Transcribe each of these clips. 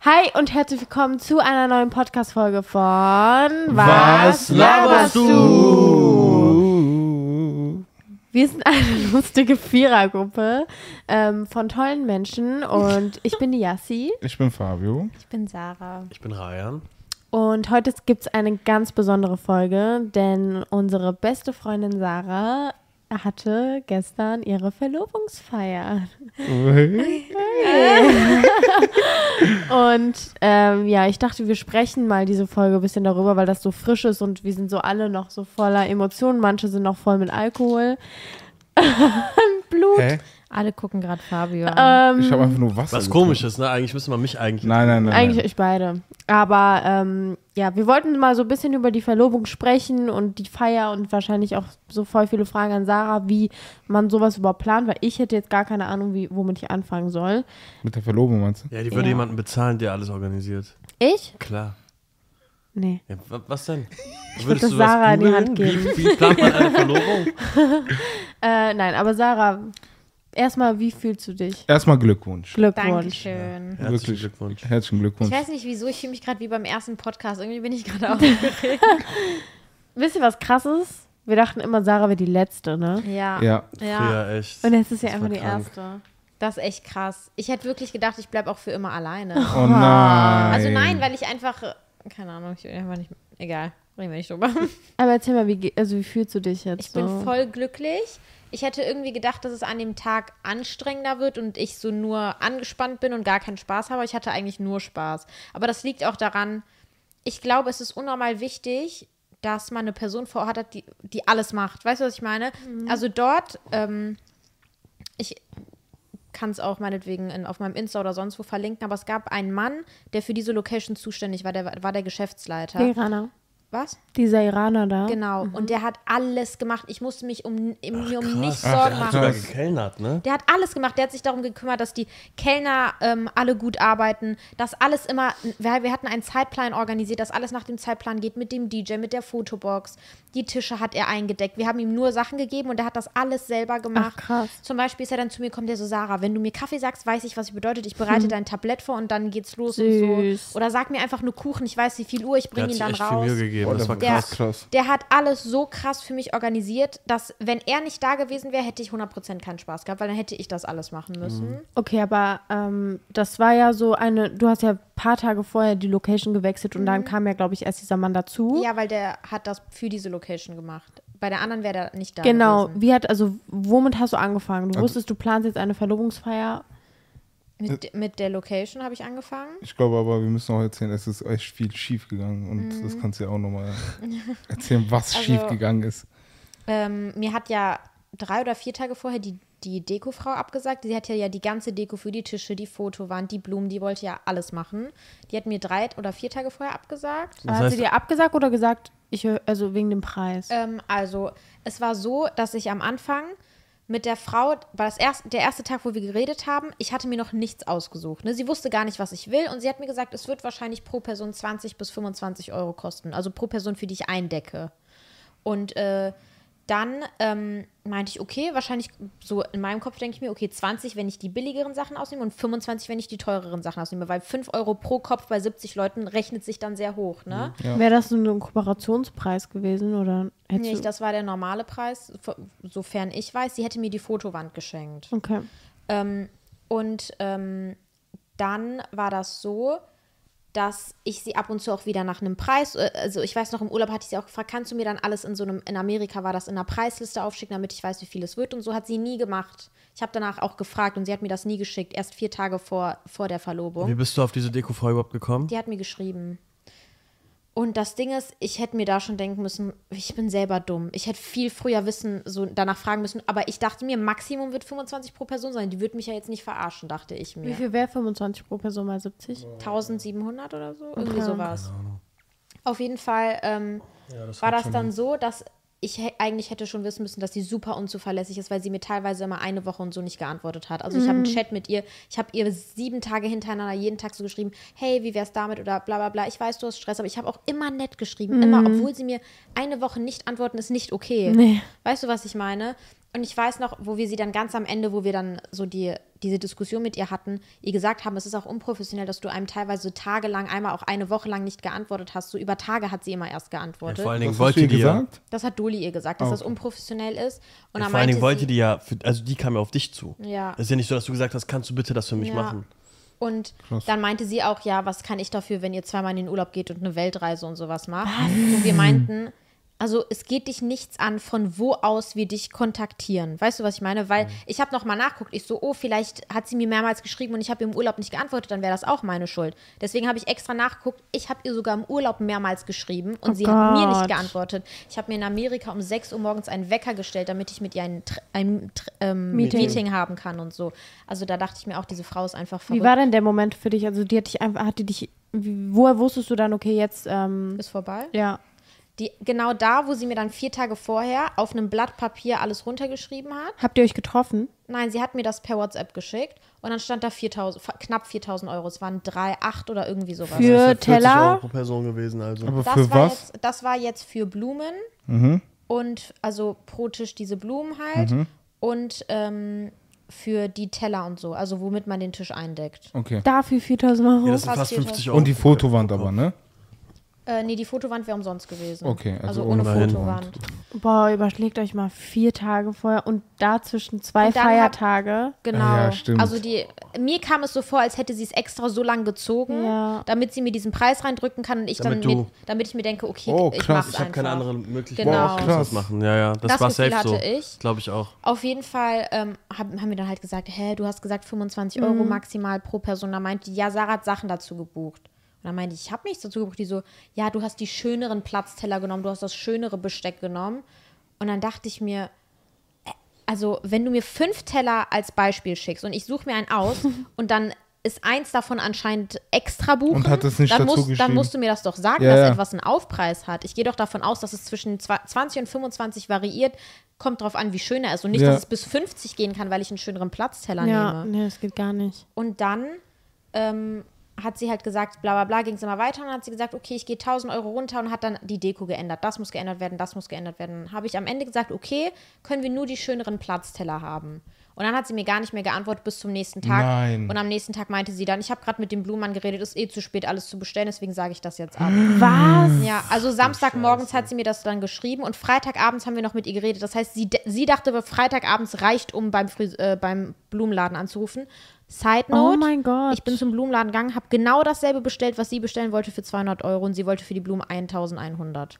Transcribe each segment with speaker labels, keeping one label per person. Speaker 1: Hi und herzlich willkommen zu einer neuen Podcast-Folge von
Speaker 2: Was laberst du?
Speaker 1: Wir sind eine lustige Vierergruppe ähm, von tollen Menschen und ich bin die Yassi
Speaker 2: Ich bin Fabio.
Speaker 3: Ich bin Sarah.
Speaker 4: Ich bin Ryan.
Speaker 1: und heute gibt es eine ganz besondere Folge, denn unsere beste Freundin Sarah hatte gestern ihre Verlobungsfeier. Und ähm, ja, ich dachte, wir sprechen mal diese Folge ein bisschen darüber, weil das so frisch ist und wir sind so alle noch so voller Emotionen. Manche sind noch voll mit Alkohol und Blut.
Speaker 2: Hä?
Speaker 3: Alle gucken gerade Fabio an.
Speaker 1: Ähm,
Speaker 2: Ich habe einfach nur Wasser.
Speaker 4: Was
Speaker 2: getrunken.
Speaker 4: komisches, ne? Eigentlich müsste man mich eigentlich.
Speaker 2: Nein, nein, nein.
Speaker 1: eigentlich
Speaker 2: nein.
Speaker 1: euch beide. Aber ähm, ja, wir wollten mal so ein bisschen über die Verlobung sprechen und die Feier und wahrscheinlich auch so voll viele Fragen an Sarah, wie man sowas überhaupt plant, weil ich hätte jetzt gar keine Ahnung, wie, womit ich anfangen soll.
Speaker 2: Mit der Verlobung meinst du?
Speaker 4: Ja, die würde
Speaker 1: Ja.
Speaker 4: jemanden bezahlen, der alles organisiert.
Speaker 1: Ich?
Speaker 4: Klar.
Speaker 1: Nee.
Speaker 4: Ja, wa- was denn? Ich
Speaker 1: das Sarah in die Hand geben.
Speaker 4: Wie, wie plant man eine Verlobung?
Speaker 1: Äh, nein, aber Sarah, erstmal, wie fühlst du dich?
Speaker 2: Erstmal Glückwunsch.
Speaker 1: Glückwunsch.
Speaker 3: Dankeschön.
Speaker 4: Herzlichen
Speaker 2: Wirklich.
Speaker 4: Glückwunsch.
Speaker 2: Herzlichen
Speaker 3: Ich
Speaker 2: Glückwunsch.
Speaker 3: weiß nicht wieso, ich fühle mich gerade wie beim ersten Podcast. Irgendwie bin ich gerade auch.
Speaker 1: Wisst ihr, was krass ist? Wir dachten immer, Sarah wäre die Letzte, ne?
Speaker 3: ja.
Speaker 2: Ja.
Speaker 3: Ja.
Speaker 4: Ja, echt.
Speaker 1: Und jetzt ist sie
Speaker 4: Das
Speaker 1: einfach
Speaker 4: war
Speaker 1: die
Speaker 4: krank.
Speaker 1: Erste.
Speaker 3: Das ist echt krass. Ich hätte wirklich gedacht, ich bleibe auch für immer alleine.
Speaker 2: Oh nein.
Speaker 3: Ah. Also nein, weil ich einfach. Keine Ahnung, ich bin einfach nicht. Egal, reden wir nicht drüber.
Speaker 1: Aber erzähl mal, wie, ge- also wie fühlst du dich jetzt?
Speaker 3: Ich
Speaker 1: so?
Speaker 3: bin voll glücklich. Ich hätte irgendwie gedacht, dass es an dem Tag anstrengender wird und ich so nur angespannt bin und gar keinen Spaß habe. Ich hatte eigentlich nur Spaß. Aber das liegt auch daran, ich glaube, es ist unnormal wichtig, dass man eine Person vor Ort hat, die, die alles macht. Weißt du, was ich meine? Also dort, ähm, ich kann es auch meinetwegen in, auf meinem Insta oder sonst wo verlinken, aber es gab einen Mann, der für diese Location zuständig war, der war der Geschäftsleiter.
Speaker 1: Der Iraner.
Speaker 3: Was?
Speaker 1: Dieser Iraner da.
Speaker 3: Genau,
Speaker 1: Mhm.
Speaker 3: und der hat alles gemacht. Ich musste mich um, um, mir um nichts
Speaker 4: Ach,
Speaker 3: Sorgen
Speaker 4: der hat
Speaker 3: machen.
Speaker 4: sogar gekellnert, ne?
Speaker 3: Der hat alles gemacht. Der hat sich darum gekümmert, dass die Kellner ähm, alle gut arbeiten, dass alles immer, wir, wir hatten einen Zeitplan organisiert, dass alles nach dem Zeitplan geht mit dem DJ, mit der Fotobox. Die Tische hat er eingedeckt. Wir haben ihm nur Sachen gegeben und er hat das alles selber gemacht.
Speaker 1: Ach, krass.
Speaker 3: Zum Beispiel ist er dann zu mir kommt, der so, Sarah, wenn du mir Kaffee sagst, weiß ich, was ich bedeutet. Ich bereite dein Tablett vor und dann geht's los und
Speaker 1: Hm. Süß.
Speaker 3: so. Oder sag mir einfach nur Kuchen, ich weiß, wie viel Uhr, ich
Speaker 4: Der hat
Speaker 3: bringe ihn
Speaker 4: sich
Speaker 3: dann
Speaker 4: echt
Speaker 3: raus.
Speaker 4: viel Mühe gegeben.
Speaker 2: Boah,
Speaker 4: das
Speaker 2: der-
Speaker 4: war
Speaker 3: Der,
Speaker 4: krass.
Speaker 2: krass.
Speaker 3: der hat alles so krass für mich organisiert, dass wenn er nicht da gewesen wäre, hätte ich 100% keinen Spaß gehabt, weil dann hätte ich das alles machen müssen.
Speaker 1: Okay, aber ähm, das war ja so eine, du hast ja ein paar Tage vorher die Location gewechselt und dann kam ja, glaube ich, erst dieser Mann dazu.
Speaker 3: Mhm. Ja, weil der hat das für diese Location gemacht. Bei der anderen wäre der nicht da
Speaker 1: Genau.
Speaker 3: gewesen.
Speaker 1: Wie hat, also womit hast du angefangen?
Speaker 4: Also
Speaker 1: Du wusstest, du planst jetzt eine Verlobungsfeier.
Speaker 3: Mit, mit der Location habe ich angefangen.
Speaker 2: Ich glaube aber, wir müssen auch erzählen, es ist echt viel schief gegangen. Und das kannst du ja auch nochmal erzählen, was
Speaker 3: Mhm. Also-
Speaker 2: schief gegangen ist.
Speaker 3: Ähm, mir hat ja drei oder vier Tage vorher die, die Dekofrau abgesagt. Sie hatte ja die ganze Deko für die Tische, die Fotowand, die Blumen, die wollte ja alles machen. Die hat mir drei oder vier Tage vorher abgesagt.
Speaker 4: Das
Speaker 1: hat
Speaker 4: heißt-
Speaker 1: sie dir abgesagt oder gesagt, ich, hör- also wegen dem Preis?
Speaker 3: Ähm, also, es war so, dass ich am Anfang mit der Frau, war das erst, der erste Tag, wo wir geredet haben, ich hatte mir noch nichts ausgesucht. Ne? Sie wusste gar nicht, was ich will und sie hat mir gesagt, es wird wahrscheinlich pro Person 20 bis 25 Euro kosten. Also pro Person, für die ich eindecke. Und äh, dann ähm, meinte ich, okay, wahrscheinlich so in meinem Kopf denke ich mir, okay, 20, wenn ich die billigeren Sachen ausnehme und 25, wenn ich die teureren Sachen ausnehme, weil 5 Euro pro Kopf bei 70 Leuten rechnet sich dann sehr hoch. Ne?
Speaker 1: Wäre das so ein Kooperationspreis gewesen oder hättest
Speaker 3: Nee,
Speaker 1: du...
Speaker 3: ich- das war der normale Preis, so- sofern ich weiß. Sie hätte mir die Fotowand geschenkt.
Speaker 1: okay.
Speaker 3: Ähm, und ähm, dann war das so, dass ich sie ab und zu auch wieder nach einem Preis, äh, also ich weiß noch, im Urlaub hatte ich sie auch gefragt, kannst du mir dann alles in so einem, in Amerika war das in einer Preisliste aufschicken, damit ich weiß, wie viel es wird. Und so hat sie nie gemacht. Ich habe danach auch gefragt und sie hat mir das nie geschickt, erst vier Tage vor, vor der Verlobung.
Speaker 4: Wie bist du auf diese Deko-Frau überhaupt gekommen?
Speaker 3: Die hat mir geschrieben. Und das Ding ist, ich hätte mir da schon denken müssen, ich bin selber dumm. Ich hätte viel früher wissen, so danach fragen müssen. Aber ich dachte mir, Maximum wird 25 pro Person sein. Die wird mich ja jetzt nicht verarschen, dachte ich
Speaker 1: Wie
Speaker 3: mir.
Speaker 1: viel wäre 25 pro Person mal 70?
Speaker 3: 1700 oder so? Irgendwie
Speaker 1: Okay.
Speaker 3: sowas. Auf jeden Fall ähm, war das dann so, dass ich hä- eigentlich hätte schon wissen müssen, dass sie super unzuverlässig ist, weil sie mir teilweise immer eine Woche und so nicht geantwortet hat. Also ich habe einen
Speaker 1: Mhm.
Speaker 3: Chat mit ihr, ich habe ihr sieben Tage hintereinander jeden Tag so geschrieben, hey, wie wär's damit oder bla bla bla. Ich weiß, du hast Stress, aber ich habe auch immer nett geschrieben, immer, obwohl sie mir eine Woche nicht antworten, ist nicht okay.
Speaker 1: Mhm. Nee.
Speaker 3: Weißt du, was ich meine? Und ich weiß noch, wo wir sie dann ganz am Ende, wo wir dann so die diese Diskussion mit ihr hatten, ihr gesagt haben, es ist auch unprofessionell, dass du einem teilweise tagelang, einmal auch eine Woche lang nicht geantwortet hast. So über Tage hat sie immer erst geantwortet.
Speaker 4: vor allen
Speaker 2: Was
Speaker 4: Dingen
Speaker 2: hast du
Speaker 4: wollte
Speaker 2: ihr
Speaker 4: die ja,
Speaker 2: gesagt?
Speaker 3: das hat Doli ihr gesagt, dass das
Speaker 2: Okay.
Speaker 3: unprofessionell ist. Und dann
Speaker 4: vor allen
Speaker 3: meinte
Speaker 4: Dingen wollte
Speaker 3: sie,
Speaker 4: die ja, für, also die kam ja auf dich zu.
Speaker 3: Ja.
Speaker 4: Das ist ja nicht so, dass du gesagt hast, kannst du bitte das für mich
Speaker 3: Ja.
Speaker 4: machen.
Speaker 3: Und dann meinte sie auch, ja, was kann ich dafür, wenn ihr zweimal in den Urlaub geht und eine Weltreise und sowas macht? Und wir meinten, also es geht dich nichts an, von wo aus wir dich kontaktieren. Weißt du, was ich meine?
Speaker 4: Mhm.
Speaker 3: Weil ich habe nochmal nachguckt. Ich so, oh, vielleicht hat sie mir mehrmals geschrieben und ich habe ihr im Urlaub nicht geantwortet, dann wäre das auch meine Schuld. Deswegen habe ich extra nachgeguckt. Ich habe ihr sogar im Urlaub mehrmals geschrieben und sie hat mir nicht
Speaker 1: Oh Gott.
Speaker 3: geantwortet. Ich habe mir in Amerika um 6 Uhr morgens einen Wecker gestellt, damit ich mit ihr ein, Tr- ein Tr- ähm, Meeting.
Speaker 1: Meeting.
Speaker 3: haben kann und so. Also da dachte ich mir auch, diese Frau ist einfach verrückt.
Speaker 1: Wie war denn der Moment für dich? Also die hat dich einfach, hat die dich, wie- woher wusstest du dann, okay, jetzt, ähm,
Speaker 3: ist vorbei.
Speaker 1: ja,
Speaker 3: Die, genau da, wo sie mir dann vier Tage vorher auf einem Blatt Papier alles runtergeschrieben hat.
Speaker 1: habt ihr euch getroffen?
Speaker 3: Nein, sie hat mir das per WhatsApp geschickt und dann stand da 4000, fa- knapp 4000 Euro. Es waren drei, acht oder irgendwie sowas.
Speaker 1: Für
Speaker 4: Das ist ja 40
Speaker 1: Teller?
Speaker 4: Euro pro Person gewesen, also.
Speaker 2: Aber
Speaker 3: das,
Speaker 2: für
Speaker 3: war
Speaker 2: was? Mhm.
Speaker 3: Jetzt, das war jetzt für Blumen und also pro Tisch diese Blumen halt und ähm, für die Teller und so, also womit man den Tisch eindeckt.
Speaker 2: Okay.
Speaker 1: Dafür 4000 Euro?
Speaker 4: ja, das sind
Speaker 3: fast
Speaker 4: fast
Speaker 3: 4000.
Speaker 4: 50 Euro.
Speaker 2: Und die
Speaker 4: pro-
Speaker 2: Fotowand
Speaker 4: pro Kopf.
Speaker 2: aber, ne?
Speaker 3: Äh, nee, die Fotowand wäre umsonst gewesen.
Speaker 2: Okay, also
Speaker 3: also, ohne
Speaker 2: ohne
Speaker 3: Fotowand.
Speaker 2: Fotowand.
Speaker 1: Boah, überschlägt euch mal vier Tage vorher und dazwischen zwei
Speaker 3: Und dann hab-
Speaker 1: Feiertage.
Speaker 3: Genau.
Speaker 2: Ja, stimmt.
Speaker 3: Also die, mir kam es so vor, als hätte sie es extra so lange gezogen,
Speaker 1: Ja.
Speaker 3: damit sie mir diesen Preis reindrücken kann und ich
Speaker 4: Damit
Speaker 3: dann,
Speaker 4: du-
Speaker 3: mir, damit ich mir denke, okay,
Speaker 2: Oh,
Speaker 3: ich
Speaker 2: krass.
Speaker 3: mach's
Speaker 4: Ich habe keine
Speaker 3: einfach.
Speaker 4: andere Möglichkeit,
Speaker 3: Genau.
Speaker 4: ich muss
Speaker 2: Krass.
Speaker 4: das machen. Ja, ja, das,
Speaker 3: Das
Speaker 4: war
Speaker 3: Gefühl
Speaker 4: safe so.
Speaker 3: hatte ich.
Speaker 4: Glaube ich auch.
Speaker 3: Auf jeden Fall ähm, haben, haben wir dann halt gesagt, hä, du hast gesagt 25 Euro
Speaker 2: Mhm.
Speaker 3: maximal pro Person. Da meinte die, ja, Sarah hat Sachen dazu gebucht. Und dann meinte ich, ich habe nichts dazu gebucht. Die so, ja, du hast die schöneren Platzteller genommen, du hast das schönere Besteck genommen. Und dann dachte ich mir, äh, also wenn du mir fünf Teller als Beispiel schickst und ich suche mir einen aus und dann ist eins davon anscheinend extra buchen,
Speaker 2: Und hat das nicht
Speaker 3: dann,
Speaker 2: dazu
Speaker 3: musst, dann
Speaker 2: geschrieben?
Speaker 3: musst du mir das doch sagen,
Speaker 2: Ja,
Speaker 3: dass
Speaker 2: ja.
Speaker 3: etwas was einen Aufpreis hat. Ich gehe doch davon aus, dass es zwischen zwa- 20 und 25 variiert. Kommt drauf an, wie schön er ist. Und nicht,
Speaker 2: Ja.
Speaker 3: dass es bis 50 gehen kann, weil ich einen schöneren Platzteller
Speaker 1: Ja,
Speaker 3: nehme.
Speaker 1: nee, das geht gar nicht.
Speaker 3: Und dann ähm, hat sie halt gesagt, bla bla bla, ging es immer weiter. Und dann hat sie gesagt, okay, ich gehe 1000 Euro runter und hat dann die Deko geändert. Das muss geändert werden, das muss geändert werden. Habe ich am Ende gesagt, okay, können wir nur die schöneren Platzteller haben. Und dann hat sie mir gar nicht mehr geantwortet bis zum nächsten Tag.
Speaker 2: Nein.
Speaker 3: Und am nächsten Tag meinte sie dann, ich habe gerade mit dem Blumenmann geredet, ist eh zu spät, alles zu bestellen, deswegen sage ich das jetzt ab.
Speaker 1: Was?
Speaker 3: Ja, also Samstagmorgens hat sie mir das dann geschrieben und Freitagabends haben wir noch mit ihr geredet. Das heißt, sie, sie dachte, Freitagabends reicht, um beim, Fris äh, beim Blumenladen anzurufen. Side note,
Speaker 1: Oh mein Gott.
Speaker 3: ich bin zum Blumenladen gegangen, habe genau dasselbe bestellt, was sie bestellen wollte für 200 Euro und sie wollte für die Blumen 1100.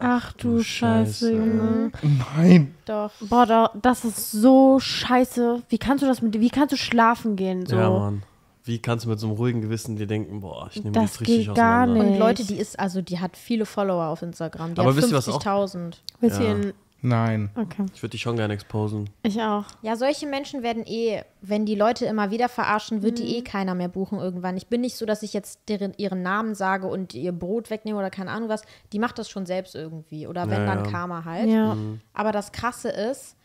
Speaker 1: Ach du Scheiße,
Speaker 4: Oh, Scheiße.
Speaker 1: Junge.
Speaker 2: Nein.
Speaker 3: Doch.
Speaker 1: Boah, da, das ist so scheiße. Wie kannst du das mit, wie kannst du schlafen gehen so?
Speaker 4: Ja, Mann. Wie kannst du mit so einem ruhigen Gewissen dir denken, boah, ich nehme
Speaker 1: Das
Speaker 4: das richtig
Speaker 1: geht gar
Speaker 4: auseinander.
Speaker 1: nicht.
Speaker 3: Und Leute, die ist, also die hat viele Follower auf Instagram. Die
Speaker 4: Aber
Speaker 3: hat
Speaker 4: wisst ihr, was auch-
Speaker 3: 50.000.
Speaker 1: Willst du
Speaker 4: Ja.
Speaker 1: ihn?
Speaker 2: Nein.
Speaker 1: Okay,
Speaker 4: Ich würde dich schon gerne exposen.
Speaker 1: ich auch.
Speaker 3: Ja, solche Menschen werden eh, wenn die Leute immer wieder verarschen, wird
Speaker 1: Mhm.
Speaker 3: die eh keiner mehr buchen irgendwann. Ich bin nicht so, dass ich jetzt deren, ihren Namen sage und ihr Brot wegnehme oder keine Ahnung was. Die macht das schon selbst irgendwie. Oder
Speaker 4: Ja,
Speaker 3: wenn, dann
Speaker 4: ja.
Speaker 3: Karma halt.
Speaker 1: Ja.
Speaker 3: Aber das Krasse ist,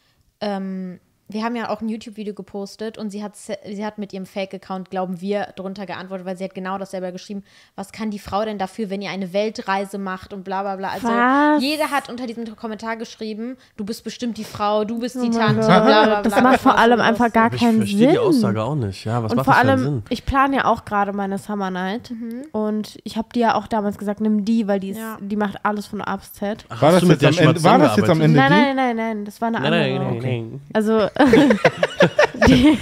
Speaker 3: ähm, wir haben ja auch ein YouTube-Video gepostet und sie hat, se- sie hat mit ihrem Fake-Account, glauben wir, drunter geantwortet, weil sie hat genau dasselbe geschrieben. Was kann die Frau denn dafür, wenn ihr eine Weltreise macht und bla bla bla. Also
Speaker 1: Was?
Speaker 3: jeder hat unter diesem Kommentar geschrieben, du bist bestimmt die Frau, du bist die
Speaker 1: Oh mein
Speaker 3: Tante,
Speaker 1: Gott.
Speaker 3: bla bla bla.
Speaker 1: Das macht vor allem einfach gar
Speaker 4: Aber ich
Speaker 1: keinen
Speaker 4: verstehe
Speaker 1: Sinn.
Speaker 4: die Aussage auch nicht. Ja, was
Speaker 1: und
Speaker 4: macht
Speaker 1: vor
Speaker 4: das für einen
Speaker 1: allem,
Speaker 4: Sinn?
Speaker 1: ich plane ja auch gerade meine Summer Night. Und ich habe dir ja auch damals gesagt, nimm die, weil die, ist,
Speaker 3: Mhm. Ja.
Speaker 1: die macht alles von A bis Z.
Speaker 4: Ach,
Speaker 2: War
Speaker 4: hast
Speaker 2: das,
Speaker 4: du
Speaker 2: jetzt
Speaker 4: mit der
Speaker 2: am, Ende,
Speaker 4: Schwarzen
Speaker 2: war das jetzt am
Speaker 4: gearbeitet?
Speaker 2: Ende
Speaker 1: Nein,
Speaker 2: die?
Speaker 1: nein, nein, nein, das war eine andere.
Speaker 4: Nein, nein, nein, nein.
Speaker 1: Also die,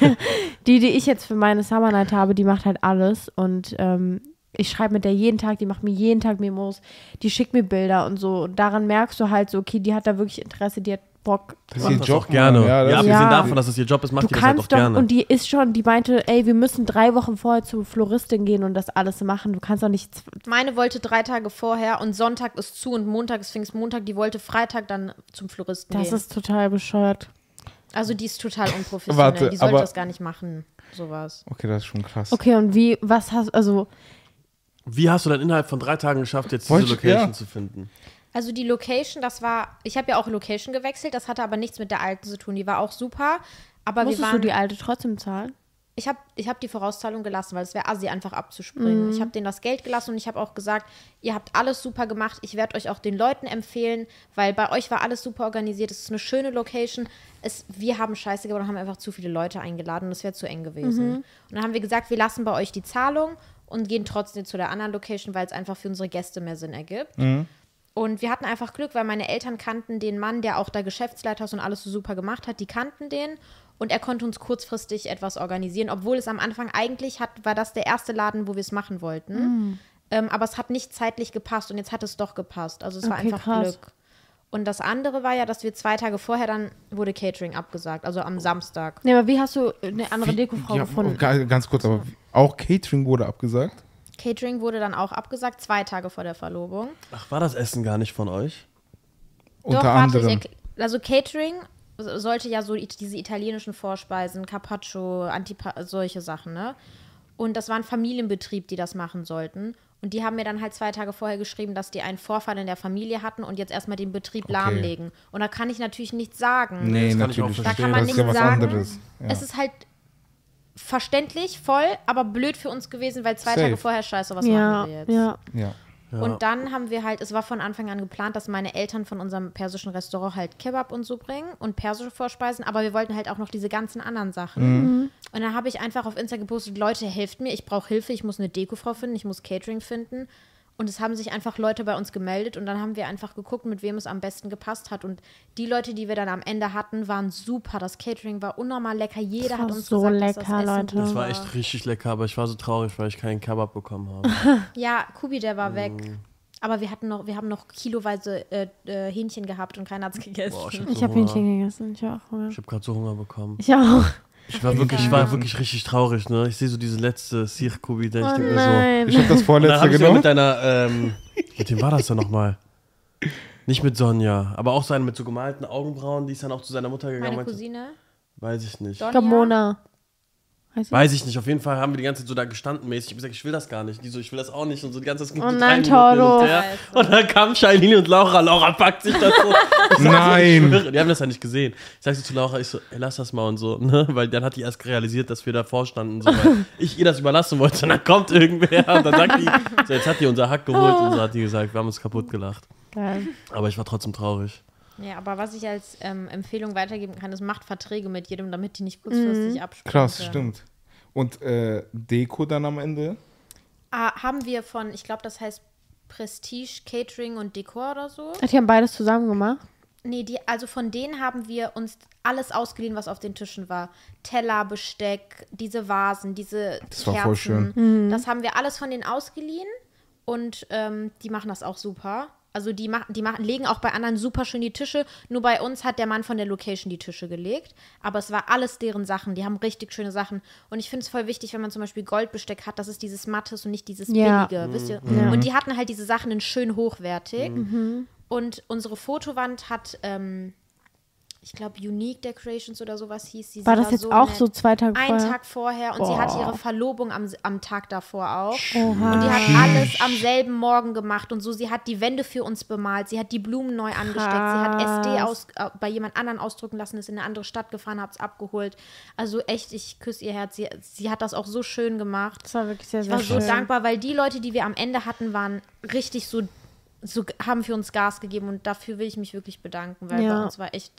Speaker 1: die, die ich jetzt für meine Summer Night habe, die macht halt alles und ähm, ich schreibe mit der jeden Tag, die macht mir jeden Tag Memos, die schickt mir Bilder und so. Und daran merkst du halt so, okay, die hat da wirklich Interesse, die hat Bock.
Speaker 2: Das ist
Speaker 4: Macht
Speaker 2: ihr
Speaker 4: das
Speaker 2: Job.
Speaker 4: auch gerne.
Speaker 2: Mann.
Speaker 4: Ja,
Speaker 2: das-
Speaker 4: abgesehen
Speaker 1: Ja.
Speaker 4: davon, dass es ihr Job ist, macht
Speaker 1: Du
Speaker 4: ihr das halt
Speaker 1: kannst
Speaker 4: auch
Speaker 1: doch,
Speaker 4: gerne.
Speaker 1: und die ist schon, die meinte, ey, wir müssen drei Wochen vorher zur Floristin gehen und das alles machen. Du kannst doch nicht, z-
Speaker 3: Meine wollte drei Tage vorher und Sonntag ist zu und Montag ist Pfingstmontag. Die wollte Freitag dann zum Floristen
Speaker 1: das
Speaker 3: gehen.
Speaker 1: ist total bescheuert.
Speaker 3: also die ist total unprofessionell.
Speaker 2: Warte,
Speaker 3: die sollte
Speaker 2: aber-
Speaker 3: das gar nicht machen, sowas.
Speaker 2: Okay, das ist schon krass.
Speaker 1: Okay, und wie, was hast, also,
Speaker 4: Wie hast du dann innerhalb von drei Tagen geschafft, jetzt diese
Speaker 2: Wollte-
Speaker 4: Location
Speaker 2: ja.
Speaker 4: zu finden?
Speaker 3: Also die Location, das war, ich habe ja auch Location gewechselt, das hatte aber nichts mit der alten zu tun. Die war auch super, aber wir
Speaker 1: musstest du
Speaker 3: waren,
Speaker 1: die alte trotzdem zahlen?
Speaker 3: ich habe ich hab die Vorauszahlung gelassen, weil es wäre assi, einfach abzuspringen. Ich habe denen das Geld gelassen und ich habe auch gesagt, ihr habt alles super gemacht. Ich werde euch auch den Leuten empfehlen, weil bei euch war alles super organisiert. Es ist eine schöne Location. Es, wir haben Scheiße gebaut und haben einfach zu viele Leute eingeladen und es wäre zu eng gewesen. Und dann haben wir gesagt, wir lassen bei euch die Zahlung und gehen trotzdem zu der anderen Location, weil es einfach für unsere Gäste mehr Sinn ergibt. Und wir hatten einfach Glück, weil meine Eltern kannten den Mann, der auch da Geschäftsleiter ist und alles so super gemacht hat. Die kannten den und er konnte uns kurzfristig etwas organisieren, obwohl es am Anfang eigentlich hat, war das der erste Laden, wo wir es machen wollten.
Speaker 1: Mm.
Speaker 3: Ähm, aber es hat nicht zeitlich gepasst und jetzt hat es doch gepasst. Also es war
Speaker 1: Okay,
Speaker 3: einfach
Speaker 1: krass.
Speaker 3: Glück. Und das andere war ja, dass wir zwei Tage vorher dann wurde Catering abgesagt, also
Speaker 1: Oh.
Speaker 3: am Samstag.
Speaker 1: Nee, aber wie hast du eine andere
Speaker 2: Wie-
Speaker 1: Dekofrau
Speaker 2: ja,
Speaker 1: gefunden?
Speaker 2: ga- Ganz kurz, aber auch Catering wurde abgesagt.
Speaker 3: Catering wurde dann auch abgesagt, zwei Tage vor der Verlobung.
Speaker 4: Ach, war das Essen gar nicht von euch?
Speaker 2: unter
Speaker 3: warte,
Speaker 2: anderem.
Speaker 3: ich erkl- also Catering so- sollte ja so it- diese italienischen Vorspeisen, Carpaccio, Antipa solche Sachen, ne? Und das war ein Familienbetrieb, die das machen sollten. Und die haben mir dann halt zwei Tage vorher geschrieben, dass die einen Vorfall in der Familie hatten und jetzt erstmal den Betrieb lahmlegen. Und da kann ich natürlich nichts sagen.
Speaker 2: nee,
Speaker 4: das kann ich auch
Speaker 2: natürlich.
Speaker 4: verstehen.
Speaker 3: Da kann
Speaker 4: verstehe.
Speaker 3: man
Speaker 2: das
Speaker 3: nicht
Speaker 2: ist ja was
Speaker 3: sagen.
Speaker 2: anderes. Ja.
Speaker 3: Es ist halt verständlich, voll, aber blöd für uns gewesen, weil zwei
Speaker 2: Safe.
Speaker 3: Tage vorher scheiße, was
Speaker 1: ja,
Speaker 3: machen wir jetzt?
Speaker 1: ja.
Speaker 2: ja.
Speaker 3: Und dann haben wir halt, es war von Anfang an geplant, dass meine Eltern von unserem persischen Restaurant halt Kebab und so bringen und persische Vorspeisen, aber wir wollten halt auch noch diese ganzen anderen Sachen. Und dann habe ich einfach auf Insta gepostet, Leute, helft mir, ich brauche Hilfe, ich muss eine Dekofrau finden, ich muss Catering finden. Und es haben sich einfach Leute bei uns gemeldet und dann haben wir einfach geguckt, mit wem es am besten gepasst hat. Und die Leute, die wir dann am Ende hatten, waren super. Das Catering war unnormal lecker. Jeder
Speaker 1: Das
Speaker 3: hat
Speaker 1: war
Speaker 3: uns
Speaker 1: so
Speaker 3: gesagt, dass
Speaker 1: lecker,
Speaker 3: das Essen
Speaker 1: Leute.
Speaker 3: gut
Speaker 1: Das
Speaker 4: Das war echt richtig lecker, aber ich war so traurig, weil ich keinen Kebab bekommen habe.
Speaker 3: Ja, Kubi, der war weg.
Speaker 4: Mhm.
Speaker 3: Aber wir hatten noch, wir haben noch kiloweise äh, äh, Hähnchen gehabt und keiner hat's gegessen.
Speaker 4: Boah, hab so
Speaker 1: Ich habe
Speaker 4: Hunger.
Speaker 1: Hähnchen gegessen. Ich habe auch Hunger.
Speaker 4: Ich habe gerade so Hunger bekommen.
Speaker 1: Ich auch.
Speaker 4: Ich war wirklich, ich war wirklich richtig traurig. Ne? Ich sehe so diese letzte Sirkubi, denke ich
Speaker 1: Oh
Speaker 4: denk mir so.
Speaker 1: nein.
Speaker 2: Ich habe das
Speaker 4: Und dann
Speaker 2: vorletzte
Speaker 4: habe ich mir
Speaker 2: genommen.
Speaker 4: mit einer, ähm, mit wem war das denn nochmal? Nicht mit Sonja, aber auch so eine mit so gemalten Augenbrauen, die ist dann auch zu seiner Mutter gegangen.
Speaker 3: Meine
Speaker 4: meinte,
Speaker 3: Cousine,
Speaker 4: Weiß ich nicht.
Speaker 3: Sonja.
Speaker 1: Gamona. Weiß ich.
Speaker 4: Weiß ich nicht. Auf jeden Fall haben wir die ganze Zeit so da gestanden mäßig. Ich hab gesagt, ich will das gar nicht. Die so, ich will das auch nicht. Und so die ganze Zeit ging
Speaker 1: Oh
Speaker 4: so
Speaker 1: nein,
Speaker 4: drei Minuten hin
Speaker 1: Toro.
Speaker 4: Und, her. und dann kamen Shailene und Laura. Laura packt sich das so. Ich
Speaker 2: Nein.
Speaker 4: schwöre, Die haben das ja nicht gesehen. Ich sag so zu Laura, ich so, ey, lass das mal und so. Ne? Weil dann hat die erst realisiert, dass wir davor standen. So, weil ich ihr das überlassen wollte. Und dann kommt irgendwer. Und dann sagt die, so, jetzt hat die unser Hack geholt. Und so hat die gesagt, wir haben uns kaputt gelacht.
Speaker 1: Geil.
Speaker 4: Aber ich war trotzdem traurig.
Speaker 3: Ja, aber was ich als ähm, Empfehlung weitergeben kann, ist, macht Verträge mit jedem, damit die nicht kurzfristig abspringen.
Speaker 2: Krass,
Speaker 3: können.
Speaker 2: stimmt. Und äh, Deko dann am Ende?
Speaker 3: Ah, haben wir von, ich glaube, das heißt Prestige, Catering und Dekor oder so.
Speaker 1: Ach, Die haben beides zusammen gemacht.
Speaker 3: Nee, die, also von denen haben wir uns alles ausgeliehen, was auf den Tischen war. Teller, Besteck, diese Vasen, diese
Speaker 2: Das war voll
Speaker 3: Kerzen. Das haben wir alles von denen ausgeliehen und ähm, die machen das auch super. Also die machen, die machen, legen auch bei anderen super schön die Tische. Nur bei uns hat der Mann von der Location die Tische gelegt. Aber es war alles deren Sachen. Die haben richtig schöne Sachen. Und ich finde es voll wichtig, wenn man zum Beispiel Goldbesteck hat, dass es dieses Mattes und nicht dieses
Speaker 1: Ja.
Speaker 3: billige. Wisst ihr?
Speaker 2: Mhm.
Speaker 3: Und die hatten halt diese Sachen in schön hochwertig. Und unsere Fotowand hat, ähm, ich glaube, Unique Decorations oder sowas hieß sie.
Speaker 1: War
Speaker 3: sie
Speaker 1: das jetzt auch so zwei Tage
Speaker 3: Einen
Speaker 1: vorher?
Speaker 3: Tag vorher und sie hatte ihre Verlobung am, am Tag davor auch.
Speaker 1: Oha.
Speaker 3: Und die hat alles am selben Morgen gemacht und so. Sie hat die Wände für uns bemalt, sie hat die Blumen neu angesteckt, sie hat SD aus, äh, bei jemand anderen ausdrücken lassen, ist in eine andere Stadt gefahren, hab's abgeholt. Also echt, ich küsse ihr Herz. Sie, sie hat das auch so schön gemacht.
Speaker 1: das war wirklich sehr,
Speaker 3: Ich
Speaker 1: sehr
Speaker 3: war so
Speaker 1: schön.
Speaker 3: dankbar, weil die Leute, die wir am Ende hatten, waren richtig so, so haben für uns Gas gegeben und dafür will ich mich wirklich bedanken, weil
Speaker 1: Ja.
Speaker 3: bei uns war echt,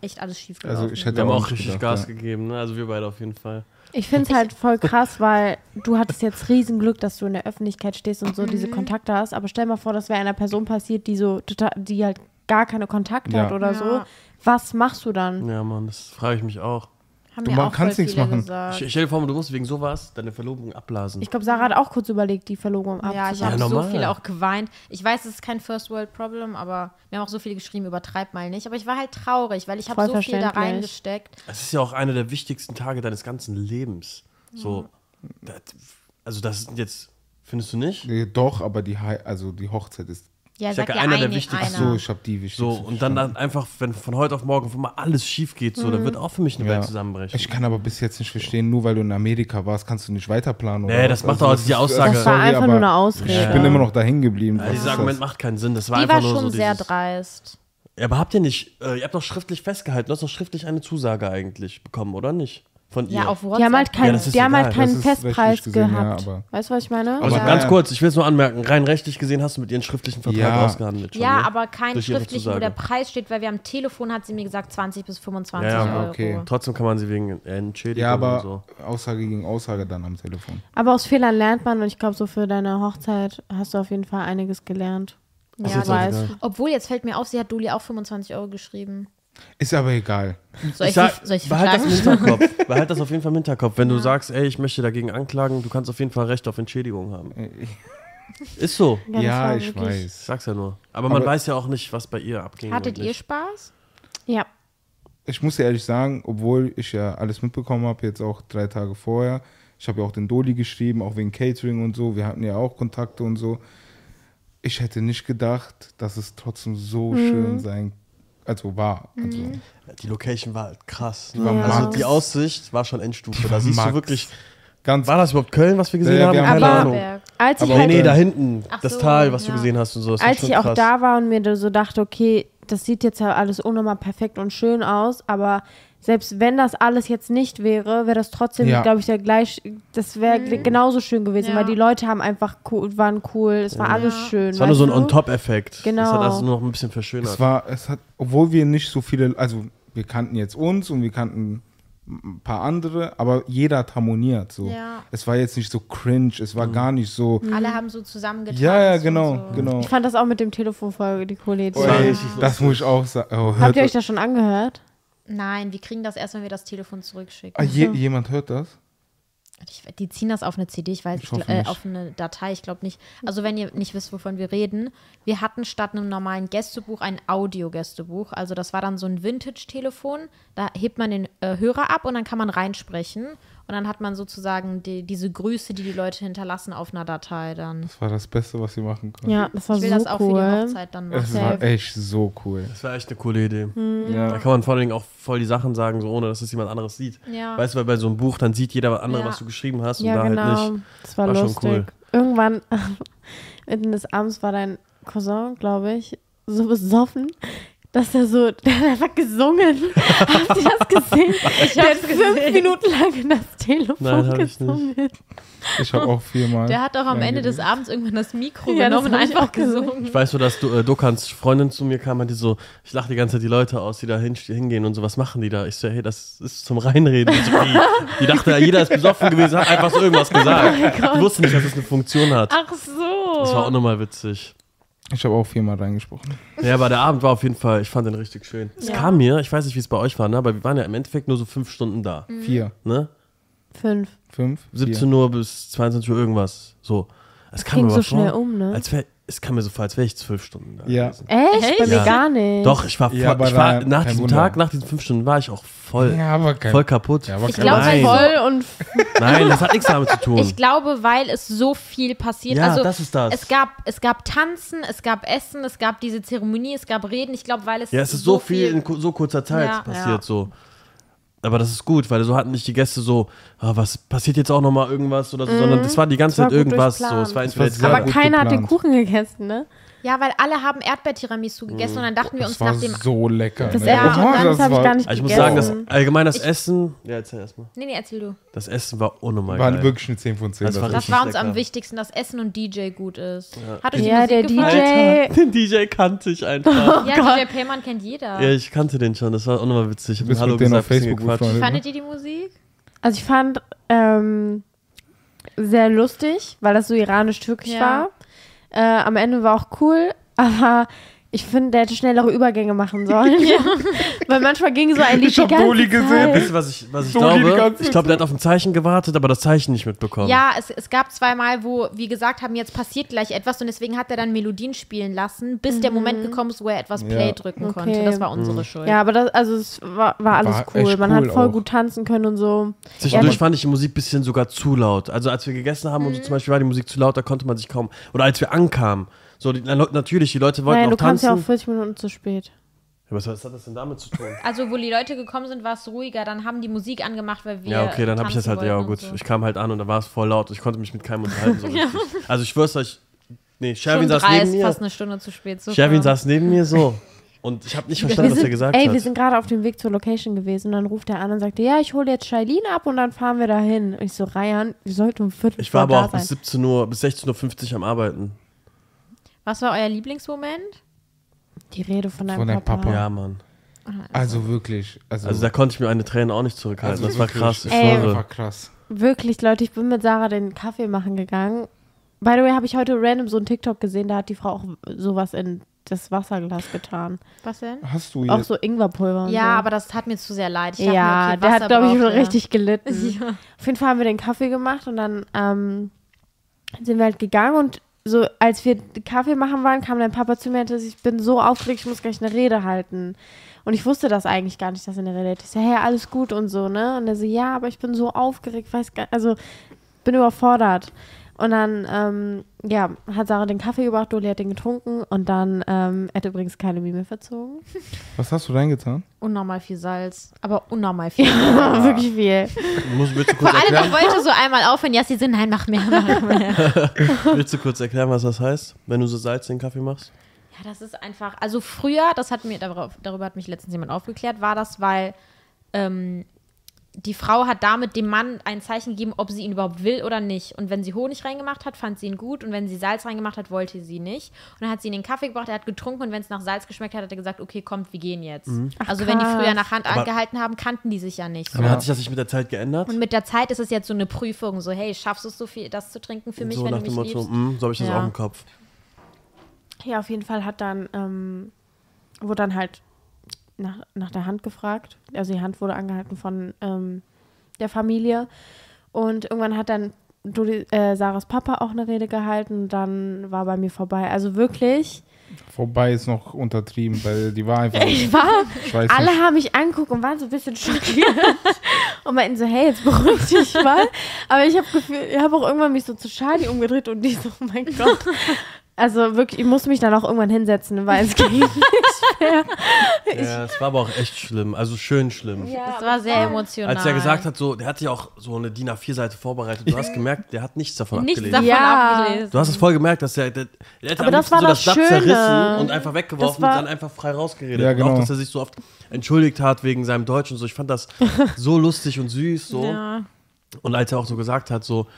Speaker 3: echt alles schief gelaufen.
Speaker 2: Also ich
Speaker 4: Wir
Speaker 2: hätte
Speaker 4: haben auch
Speaker 2: nicht
Speaker 4: richtig
Speaker 2: gedacht,
Speaker 4: Gas
Speaker 2: ja.
Speaker 4: gegeben. Ne? Also wir beide auf jeden Fall.
Speaker 1: Ich finde es halt voll krass, weil du hattest jetzt Riesenglück, dass du in der Öffentlichkeit stehst und
Speaker 3: Mhm.
Speaker 1: so diese Kontakte hast. Aber stell mal vor, das wäre einer Person passiert, die so total, die halt gar keine Kontakte
Speaker 2: Ja.
Speaker 1: hat oder
Speaker 3: Ja.
Speaker 1: so. Was machst du dann?
Speaker 4: Ja, Mann, das frage ich mich auch.
Speaker 3: haben
Speaker 2: Du,
Speaker 3: mir
Speaker 2: man
Speaker 3: auch
Speaker 2: kann's
Speaker 3: voll
Speaker 2: nichts
Speaker 3: viele
Speaker 2: machen.
Speaker 3: gesagt.
Speaker 4: Ich, ich stell dir vor, du musst wegen sowas deine Verlobung abblasen.
Speaker 1: Ich glaube, Sarah hat auch kurz überlegt, die Verlobung
Speaker 3: Ja, ich
Speaker 1: abzusagen.
Speaker 3: habe
Speaker 4: Ja,
Speaker 3: so
Speaker 4: normal.
Speaker 3: viele auch geweint. Ich weiß, es ist kein First World Problem, aber wir haben auch so viele geschrieben, übertreib mal nicht. Aber ich war halt traurig, weil ich habe
Speaker 1: Voll
Speaker 3: so viel da
Speaker 1: verständlich.
Speaker 3: reingesteckt.
Speaker 4: Es ist ja auch einer der wichtigsten Tage deines ganzen Lebens. So, das, also das sind jetzt, findest du nicht?
Speaker 2: Nee, Doch, aber die, Hei- also die Hochzeit ist.
Speaker 3: Ja,
Speaker 4: Ich
Speaker 3: sag
Speaker 4: sag
Speaker 3: ja
Speaker 4: ja, einer der
Speaker 3: einig,
Speaker 4: wichtigsten.
Speaker 2: Ach
Speaker 3: einer.
Speaker 2: so, ich habe die wichtigste.
Speaker 4: So, und dann, dann einfach, wenn von heute auf morgen auf einmal alles schief geht, so, dann
Speaker 3: Mhm.
Speaker 4: wird auch für mich eine
Speaker 2: Ja.
Speaker 4: Welt zusammenbrechen.
Speaker 2: Ich kann aber bis jetzt nicht verstehen, nur weil du in Amerika warst, kannst du nicht weiterplanen. oder
Speaker 4: Nee,
Speaker 2: was? Also
Speaker 4: das macht doch
Speaker 2: das
Speaker 4: die
Speaker 2: ist-
Speaker 4: Aussage.
Speaker 1: Das war einfach
Speaker 2: aber
Speaker 1: nur eine Ausrede.
Speaker 2: Ich bin immer noch dahin geblieben.
Speaker 4: also
Speaker 2: Was
Speaker 4: dieses
Speaker 2: ist
Speaker 4: Argument
Speaker 2: das?
Speaker 4: macht keinen Sinn. Das war
Speaker 3: Die
Speaker 4: einfach
Speaker 3: war
Speaker 4: nur
Speaker 3: schon
Speaker 4: so
Speaker 3: sehr
Speaker 4: dieses,
Speaker 3: dreist.
Speaker 4: Ja, aber habt ihr nicht, äh, ihr habt doch schriftlich festgehalten, du hast doch schriftlich eine Zusage eigentlich bekommen, oder nicht? von ihr.
Speaker 3: Ja, auf WhatsApp.
Speaker 1: Die haben halt,
Speaker 4: Ja,
Speaker 1: kein,
Speaker 4: das ist
Speaker 1: die haben halt
Speaker 4: egal.
Speaker 1: keinen
Speaker 2: Das ist
Speaker 1: Festpreis
Speaker 2: rechtlich gesehen, ja,
Speaker 1: gehabt.
Speaker 2: aber-
Speaker 1: weißt du, was ich meine?
Speaker 4: aber Also-
Speaker 1: ja.
Speaker 2: Ja.
Speaker 4: ganz kurz, ich will es nur anmerken, rein rechtlich gesehen hast du mit ihren schriftlichen Vertrag
Speaker 2: Ja.
Speaker 4: ausgehandelt. Schon,
Speaker 3: ja,
Speaker 4: ne?
Speaker 3: aber kein
Speaker 4: Durch ihre
Speaker 3: schriftlichen, wo
Speaker 4: Zusage.
Speaker 3: der Preis steht, weil wir am Telefon hat sie mir gesagt 20 bis 25
Speaker 4: Ja, ja,
Speaker 3: Euro.
Speaker 2: okay.
Speaker 4: Trotzdem kann man sie wegen Entschädigung
Speaker 2: Ja,
Speaker 4: und
Speaker 2: aber
Speaker 4: so.
Speaker 2: Aussage gegen Aussage dann am Telefon.
Speaker 1: Aber aus Fehlern lernt man und ich glaube, so für deine Hochzeit hast du auf jeden Fall einiges gelernt.
Speaker 3: Ja,
Speaker 1: Ja,
Speaker 4: ist auch
Speaker 1: weiß.
Speaker 4: egal.
Speaker 3: Obwohl, jetzt fällt mir auf, sie hat Duli auch 25 Euro geschrieben.
Speaker 2: Ist aber egal.
Speaker 3: Soll ich,
Speaker 4: Ich sag,
Speaker 3: sie- soll ich sie
Speaker 2: halt
Speaker 4: behalt das im
Speaker 3: verklagen?
Speaker 4: Hinterkopf. behalt das auf jeden Fall im Hinterkopf. Wenn du sagst, ey, ich möchte dagegen anklagen, du kannst auf jeden Fall Recht auf Entschädigung haben. Ist so.
Speaker 1: das
Speaker 2: Ja,
Speaker 1: war
Speaker 2: ich
Speaker 1: wirklich-
Speaker 4: Ich
Speaker 2: weiß.
Speaker 4: sag's ja nur. Aber man
Speaker 2: Aber-
Speaker 4: weiß ja auch nicht, was bei ihr abging.
Speaker 3: Hattet
Speaker 4: und
Speaker 3: ihr
Speaker 4: nicht.
Speaker 3: Spaß?
Speaker 1: Ja.
Speaker 2: Ich muss dir ehrlich sagen, obwohl ich ja alles mitbekommen habe, jetzt auch drei Tage vorher, ich habe ja auch den Doli geschrieben, auch wegen Catering und so, wir hatten ja auch Kontakte und so. Ich hätte nicht gedacht, dass es trotzdem so
Speaker 1: Mhm.
Speaker 2: schön sein, also war. Also,
Speaker 4: Die Location war halt krass.
Speaker 2: war
Speaker 4: Ne? Also
Speaker 2: Max.
Speaker 4: die Aussicht war schon Endstufe. da
Speaker 2: war
Speaker 4: siehst
Speaker 2: Max.
Speaker 4: du wirklich.
Speaker 2: Ganz
Speaker 4: War das überhaupt Köln, was wir gesehen
Speaker 2: Ja, ja,
Speaker 4: haben?
Speaker 2: wir haben
Speaker 4: Keine
Speaker 2: Köln.
Speaker 4: Ahnung.
Speaker 3: Berg.
Speaker 1: Als ich
Speaker 2: Aber
Speaker 4: Nee,
Speaker 1: halt
Speaker 4: nee, da hinten.
Speaker 3: Ach
Speaker 4: das
Speaker 3: so,
Speaker 4: Tal, was
Speaker 3: ja.
Speaker 4: du gesehen hast und so. Das war
Speaker 1: als
Speaker 4: schon
Speaker 1: ich auch
Speaker 4: krass.
Speaker 1: da war und mir da so dachte, okay, das sieht jetzt ja alles unnormal perfekt und schön aus, aber selbst wenn das alles jetzt nicht wäre, wäre das trotzdem,
Speaker 2: Ja.
Speaker 1: glaube ich, der gleich, das wäre gl- genauso schön gewesen,
Speaker 3: Mhm. Ja.
Speaker 1: weil die Leute haben einfach cool, waren cool, es war alles schön.
Speaker 4: Es war nur so ein
Speaker 1: weißt du?
Speaker 4: On-Top-Effekt. Das
Speaker 1: Genau.
Speaker 4: hat das nur noch ein bisschen verschönert.
Speaker 2: Es war, es hat, obwohl wir nicht so viele, also wir kannten jetzt uns und wir kannten ein paar andere, aber jeder hat harmoniert. So.
Speaker 3: Ja.
Speaker 2: Es war jetzt nicht so cringe, es
Speaker 4: Mhm.
Speaker 2: war gar nicht so.
Speaker 3: Alle haben so zusammengetan.
Speaker 2: Ja, ja, genau,
Speaker 3: So.
Speaker 2: genau.
Speaker 1: Ich fand das auch mit dem Telefonfolge, die coole Idee.
Speaker 2: Ey,
Speaker 4: war
Speaker 1: war.
Speaker 4: richtig lustig.
Speaker 2: das muss ich auch sagen. Oh,
Speaker 1: Habt
Speaker 2: hört
Speaker 1: ihr euch das schon angehört?
Speaker 3: Nein, wir kriegen das erst, wenn wir das Telefon zurückschicken.
Speaker 2: ah, je, jemand hört das?
Speaker 3: Ich, die ziehen das auf eine CD, ich weiß,
Speaker 2: Ich
Speaker 3: ich
Speaker 2: hoffe
Speaker 3: gl- äh,
Speaker 2: nicht.
Speaker 3: auf eine Datei, ich glaube nicht. Also wenn ihr nicht wisst, wovon wir reden, wir hatten statt einem normalen Gästebuch ein Audio-Gästebuch. Also das war dann so ein Vintage-Telefon. Da hebt man den äh, Hörer ab und dann kann man reinsprechen. Und dann hat man sozusagen die, diese Grüße, die die Leute hinterlassen, auf einer Datei dann.
Speaker 2: Das war das Beste, was wir machen
Speaker 4: Mhm.
Speaker 2: konnten.
Speaker 1: Ja, das war
Speaker 3: Ich will
Speaker 1: so
Speaker 3: das auch
Speaker 1: cool.
Speaker 3: für die Hochzeit dann
Speaker 2: Es
Speaker 3: machen.
Speaker 2: war echt so cool.
Speaker 4: Das war echt eine coole Idee. Da
Speaker 1: Hm.
Speaker 2: Ja.
Speaker 4: kann man vor allen Dingen auch voll die Sachen sagen, so ohne dass es jemand anderes sieht.
Speaker 3: Ja.
Speaker 4: Weißt du, weil bei so einem Buch, dann sieht jeder was andere,
Speaker 3: Ja.
Speaker 4: was du geschrieben hast und
Speaker 1: ja,
Speaker 4: da
Speaker 1: genau.
Speaker 4: halt nicht.
Speaker 1: Das war,
Speaker 4: War schon
Speaker 1: lustig.
Speaker 4: cool.
Speaker 1: Irgendwann, mitten des Abends, war dein Cousin, glaube ich, so besoffen, dass er so, der hat einfach gesungen. Habt ihr das gesehen? Ich der hat fünf Minuten lang in das Telefon
Speaker 4: Nein, hab ich
Speaker 1: gesungen.
Speaker 2: Ich habe auch viermal.
Speaker 3: Der hat auch am Ende des
Speaker 2: reingeredet.
Speaker 3: Abends irgendwann das Mikro
Speaker 1: Ja, das
Speaker 3: genommen und
Speaker 1: hab ich
Speaker 3: einfach
Speaker 1: auch gesehen.
Speaker 3: gesungen.
Speaker 4: Ich weiß so, dass du, äh, Dokans Freundin zu mir kam, meinte so, ich lache die ganze Zeit die Leute aus, die da hin, hingehen und so, was machen die da? Ich so, hey, das ist zum Reinreden. Die, so, wie? die dachte, ja, jeder ist besoffen gewesen, hat einfach so irgendwas
Speaker 1: Oh
Speaker 4: gesagt. die wussten nicht, dass es eine Funktion hat.
Speaker 1: Ach so.
Speaker 4: Das war auch nochmal witzig.
Speaker 2: Ich habe auch viermal reingesprochen.
Speaker 4: Ja, aber der Abend war auf jeden Fall, ich fand den richtig schön. Es
Speaker 1: Ja.
Speaker 4: kam mir, ich weiß nicht, wie es bei euch war, ne, aber wir waren ja im Endeffekt nur so fünf Stunden da.
Speaker 1: Mhm.
Speaker 3: Mhm.
Speaker 2: Vier,
Speaker 4: Ne?
Speaker 1: Fünf.
Speaker 2: fünf,
Speaker 4: 17 Uhr bis 22 Uhr irgendwas. So. Es kam
Speaker 1: Ging
Speaker 4: mir
Speaker 1: so
Speaker 4: aber vor,
Speaker 1: schnell um, ne?
Speaker 4: Als wär, es kam mir so vor, als wäre ich zwölf Stunden da.
Speaker 2: Ja.
Speaker 4: gewesen.
Speaker 1: Echt? Bei mir
Speaker 4: Ja.
Speaker 1: gar nicht.
Speaker 4: Doch, ich war, voll,
Speaker 2: Ja, aber
Speaker 4: ich war
Speaker 2: da-
Speaker 4: nach
Speaker 2: kein
Speaker 4: diesem
Speaker 2: Wunder.
Speaker 4: Tag, nach diesen fünf Stunden, war ich auch voll,
Speaker 2: Ja, aber kein.
Speaker 4: voll kaputt.
Speaker 2: Ja, aber
Speaker 1: Ich
Speaker 2: kein-
Speaker 1: glaube,
Speaker 4: Nein.
Speaker 1: voll und
Speaker 4: Nein, das hat nichts damit zu tun.
Speaker 3: Ich glaube, weil es so viel passiert.
Speaker 4: Ja,
Speaker 3: also,
Speaker 4: das ist das.
Speaker 3: Es gab, es gab Tanzen, es gab Essen, es gab diese Zeremonie, es gab Reden. Ich glaube, weil es
Speaker 4: ja, es ist so, viel in ku- so kurzer Zeit
Speaker 3: Ja.
Speaker 4: passiert
Speaker 1: Ja.
Speaker 4: so. Aber das ist gut, weil so hatten nicht die Gäste so, ah, was passiert jetzt auch nochmal irgendwas oder so, sondern das war die ganze
Speaker 1: Mhm. Das war
Speaker 4: Zeit
Speaker 1: gut
Speaker 4: irgendwas. So.
Speaker 1: durchplant.
Speaker 4: Es war
Speaker 2: Das war
Speaker 4: entweder jetzt
Speaker 2: sehr
Speaker 4: gerade-
Speaker 1: aber
Speaker 2: gut
Speaker 1: keiner hat den
Speaker 2: geplant.
Speaker 1: Kuchen gegessen, ne?
Speaker 3: Ja, weil alle haben Erdbeer-Tiramisu gegessen und dann dachten
Speaker 4: Mm,
Speaker 3: wir uns
Speaker 2: Das war
Speaker 3: nach dem.
Speaker 2: so lecker.
Speaker 1: Das
Speaker 2: ne?
Speaker 1: ja,
Speaker 3: Ja,
Speaker 1: Essen und
Speaker 2: Oh,
Speaker 1: das habe ich
Speaker 2: war-
Speaker 1: gar nicht
Speaker 4: Also ich
Speaker 1: gegessen.
Speaker 4: muss sagen, das allgemein das Essen, ja, erzähl erstmal.
Speaker 3: Nee, nee, erzähl du.
Speaker 4: Das Essen war unnormal.
Speaker 2: War
Speaker 4: geil.
Speaker 2: wirklich eine 10 von 10.
Speaker 4: Das war
Speaker 3: Das
Speaker 4: Richtig
Speaker 3: war uns
Speaker 4: lecker.
Speaker 3: am wichtigsten, dass Essen und DJ gut ist. Hat euch die
Speaker 1: ja,
Speaker 3: Musik
Speaker 1: der Oh
Speaker 3: gefallen?
Speaker 1: DJ.
Speaker 4: Den DJ kannte ich einfach.
Speaker 3: Ja, DJ Payman kennt jeder.
Speaker 4: ja, ich kannte den schon, das war auch nochmal witzig. Ich hab
Speaker 2: Du bist
Speaker 4: Hallo
Speaker 2: mit denen auf
Speaker 4: gesagt, bisschen
Speaker 2: Facebook
Speaker 4: gequatscht.
Speaker 2: befreundet.
Speaker 3: Fandet ihr die Musik?
Speaker 1: Also ich fand ähm, sehr lustig, weil das so iranisch-türkisch
Speaker 3: Ja.
Speaker 1: war. Äh, am Ende war auch cool, aber ich finde, der hätte schnellere Übergänge machen sollen. weil manchmal ging so ein Lied
Speaker 2: Ich hab
Speaker 1: die ganze
Speaker 2: Doli gesehen.
Speaker 1: Zeit.
Speaker 4: Wisst ihr, was ich, was ich
Speaker 2: So, die
Speaker 4: glaube?
Speaker 2: ganze
Speaker 4: Ich glaube, der hat auf ein Zeichen gewartet, aber das Zeichen nicht mitbekommen.
Speaker 3: Ja, es, es gab zweimal, wo wir gesagt haben, jetzt passiert gleich etwas und deswegen hat er dann Melodien spielen lassen, bis der Moment gekommen ist, wo er etwas Play
Speaker 2: Ja.
Speaker 3: drücken
Speaker 1: Mhm. Okay.
Speaker 3: konnte. Das war unsere
Speaker 4: Mhm.
Speaker 3: Schuld.
Speaker 1: Ja, aber das, also es war, war alles
Speaker 2: War
Speaker 1: cool.
Speaker 2: echt
Speaker 1: Man
Speaker 2: cool
Speaker 1: hat voll
Speaker 2: auch.
Speaker 1: gut tanzen können und so.
Speaker 4: Zwischendurch
Speaker 1: Ja,
Speaker 4: fand ich die Musik ein bisschen sogar zu laut. Also als wir gegessen haben
Speaker 3: Mhm.
Speaker 4: und so zum Beispiel war die Musik zu laut, da konnte man sich kaum. Oder als wir ankamen. So, die, na, natürlich, die Leute wollten
Speaker 1: Naja, du
Speaker 4: auch
Speaker 1: kamst
Speaker 4: tanzen.
Speaker 1: ja auch 40 Minuten zu spät.
Speaker 4: Ja, was, was hat das denn damit zu tun?
Speaker 3: Also, wo die Leute gekommen sind, war es ruhiger. Dann haben die Musik angemacht, weil wir.
Speaker 4: ja, okay, dann habe ich das
Speaker 3: tanzen
Speaker 4: halt, ja
Speaker 3: wollten und
Speaker 4: gut.
Speaker 3: So.
Speaker 4: Ich kam halt an und da war es voll laut. Ich konnte mich mit keinem unterhalten. So richtig. Also ich schwör's euch. Nee, Sherwin
Speaker 3: Schon
Speaker 4: saß
Speaker 3: drei
Speaker 4: neben
Speaker 3: ist
Speaker 4: mir.
Speaker 3: fast eine Stunde zu spät. So
Speaker 4: Sherwin
Speaker 3: fahren.
Speaker 4: saß neben mir so. Und ich habe nicht
Speaker 1: wir
Speaker 4: verstanden, was
Speaker 1: sind,
Speaker 4: er gesagt
Speaker 1: ey,
Speaker 4: hat.
Speaker 1: wir sind gerade auf dem Weg zur Location gewesen und dann ruft er an und sagte, ja, ich hole jetzt Shailene ab und dann fahren wir dahin. Und ich so, Ryan, wir sollten um Viertel
Speaker 4: ich war
Speaker 1: vor
Speaker 4: aber auch
Speaker 1: da
Speaker 4: bis
Speaker 1: sein.
Speaker 4: 17 Uhr, bis 16.50 Uhr am Arbeiten.
Speaker 3: Was war euer Lieblingsmoment?
Speaker 1: Die Rede von deinem
Speaker 2: Von deinem
Speaker 1: Papa.
Speaker 2: Papa.
Speaker 4: Ja, Mann.
Speaker 2: Also wirklich. Also,
Speaker 4: Also da konnte ich mir eine Träne auch nicht zurückhalten. das war
Speaker 2: wirklich,
Speaker 4: krass. Ich
Speaker 2: Das war
Speaker 4: schwöre.
Speaker 2: einfach krass.
Speaker 1: Wirklich, Leute, ich bin mit Sarah den Kaffee machen gegangen. By the way, habe ich heute random so einen TikTok gesehen, da hat die Frau auch sowas in das Wasserglas getan.
Speaker 3: Was denn?
Speaker 2: Hast du
Speaker 1: Auch
Speaker 2: jetzt.
Speaker 1: so Ingwerpulver und so.
Speaker 3: Ja, aber das hat mir zu sehr leid. Ich dachte
Speaker 1: Also- ja,
Speaker 3: mir, okay,
Speaker 1: der
Speaker 3: Wasser
Speaker 1: hat, glaube ich,
Speaker 3: braucht
Speaker 1: schon
Speaker 3: er.
Speaker 1: richtig gelitten.
Speaker 3: Ja.
Speaker 1: Auf jeden Fall haben wir den Kaffee gemacht und dann ähm, sind wir halt gegangen und so, als wir den Kaffee machen waren, kam dein Papa zu mir und hat gesagt, ich bin so aufgeregt, ich muss gleich eine Rede halten. Und ich wusste das eigentlich gar nicht, dass er eine Rede hält. Ich so, hey, alles gut und so, ne? Und er so, ja, aber ich bin so aufgeregt, weiß gar also bin überfordert. Und dann, ähm, ja, hat Sarah den Kaffee gebracht, Doli hat den getrunken und dann, ähm, er hat übrigens keine Mime verzogen.
Speaker 2: Was hast du reingetan?
Speaker 3: Unnormal viel Salz. Aber unnormal viel.
Speaker 1: Wirklich viel.
Speaker 4: Muss, willst, du kurz
Speaker 3: Vor allem, ich
Speaker 4: erklären,
Speaker 3: wollte so einmal aufhören. Ja, sie sind, nein, mach mehr, mach mehr.
Speaker 4: willst du kurz erklären, was das heißt, wenn du so Salz in den Kaffee machst?
Speaker 3: Ja, das ist einfach. Also früher, das hat mir darauf, darüber hat mich letztens jemand aufgeklärt, war das, weil ähm, die Frau hat damit dem Mann ein Zeichen gegeben, ob sie ihn überhaupt will oder nicht. Und wenn sie Honig reingemacht hat, fand sie ihn gut. Und wenn sie Salz reingemacht hat, wollte sie ihn nicht. Und dann hat sie ihn in den Kaffee gebracht, er hat getrunken und wenn es nach Salz geschmeckt hat, hat er gesagt, okay, kommt, wir gehen jetzt. also wenn die
Speaker 1: krass.
Speaker 3: früher nach Hand
Speaker 4: Mhm. Aber-
Speaker 3: angehalten haben, kannten die sich ja nicht.
Speaker 4: Aber hat sich das nicht mit der Zeit geändert?
Speaker 3: Und mit der Zeit ist es jetzt so eine Prüfung, so hey, schaffst du es so viel, das zu trinken für mich,
Speaker 4: so
Speaker 3: wenn
Speaker 4: nach
Speaker 3: du mich
Speaker 4: dem Motto,
Speaker 3: liebst?
Speaker 4: hm, so habe ich das
Speaker 3: Ja.
Speaker 4: auch im Kopf.
Speaker 1: Ja, auf jeden Fall hat dann, ähm, wurde dann halt nach, nach der Hand gefragt. Also die Hand wurde angehalten von ähm, der Familie. Und irgendwann hat dann Dodi, äh, Sarahs Papa auch eine Rede gehalten. Dann war bei mir vorbei. Also wirklich,
Speaker 2: Vorbei ist noch untertrieben, weil die war einfach.
Speaker 1: ich war,
Speaker 2: Ich weiß
Speaker 1: alle
Speaker 2: nicht.
Speaker 1: haben mich angeguckt und waren so ein bisschen schockiert. und meinten so, hey, jetzt beruhig dich mal. Aber ich habe ich habe auch irgendwann mich so zu Charlie umgedreht und die so, oh mein Gott. Also wirklich, ich musste mich dann auch irgendwann hinsetzen, weil es ging
Speaker 4: Ja, es war aber auch echt schlimm, also schön schlimm.
Speaker 3: Das war sehr emotional.
Speaker 4: Als er gesagt hat, so, der hat sich auch so eine DIN A4-Seite vorbereitet. Du hast gemerkt, der hat nichts davon
Speaker 3: nichts
Speaker 4: abgelesen.
Speaker 3: davon
Speaker 1: Ja.
Speaker 3: abgelesen.
Speaker 4: Du hast es voll gemerkt, dass der, der, der hätte
Speaker 1: Aber
Speaker 4: am
Speaker 1: das
Speaker 4: liebsten
Speaker 1: war
Speaker 4: so
Speaker 1: das
Speaker 4: das Blatt
Speaker 1: Schöne.
Speaker 4: zerrissen und einfach
Speaker 1: Das
Speaker 4: weggeworfen
Speaker 1: war-
Speaker 4: und dann einfach frei rausgeredet.
Speaker 2: Ja,
Speaker 4: Und auch,
Speaker 2: genau.
Speaker 4: dass er sich so oft entschuldigt hat wegen seinem Deutsch und so. Ich fand das so lustig und süß. So.
Speaker 3: Ja.
Speaker 4: Und als er auch so gesagt hat, so,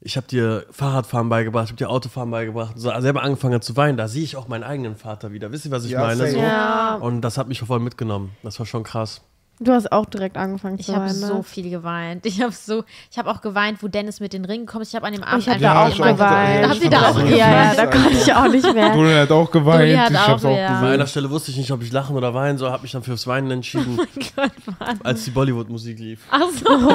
Speaker 4: ich habe dir Fahrradfahren beigebracht, ich habe dir Autofahren beigebracht, und so, selber angefangen hat zu weinen, da sehe ich auch meinen eigenen Vater wieder. Wisst ihr, was ich
Speaker 2: Ja,
Speaker 4: meine?
Speaker 2: safe.
Speaker 4: So.
Speaker 1: Ja.
Speaker 4: Und das hat mich voll mitgenommen. Das war schon krass.
Speaker 1: Du hast auch direkt angefangen
Speaker 3: Ich
Speaker 1: zu
Speaker 3: habe
Speaker 1: weinen.
Speaker 3: so
Speaker 1: ne?
Speaker 3: viel geweint. Ich habe so, ich habe auch geweint, wo Dennis mit den Ringen kommt. Ich habe an dem
Speaker 1: Oh, Ich
Speaker 3: Abend
Speaker 1: habe
Speaker 2: Ja,
Speaker 1: da auch
Speaker 2: ich auch.
Speaker 1: geweint.
Speaker 2: Da habt ihr da auch
Speaker 1: Ja,
Speaker 2: geweint?
Speaker 1: ja, da konnte ich auch nicht mehr.
Speaker 2: Dorian hat auch
Speaker 3: Dorian
Speaker 2: geweint.
Speaker 3: hat
Speaker 2: ich hab's
Speaker 3: auch,
Speaker 2: auch
Speaker 3: ja.
Speaker 4: Bei
Speaker 2: gesehen.
Speaker 4: einer Stelle wusste ich nicht, ob ich lachen oder weinen soll, habe mich dann fürs Weinen
Speaker 1: Oh
Speaker 4: entschieden, als die Bollywood-Musik lief.
Speaker 3: Achso,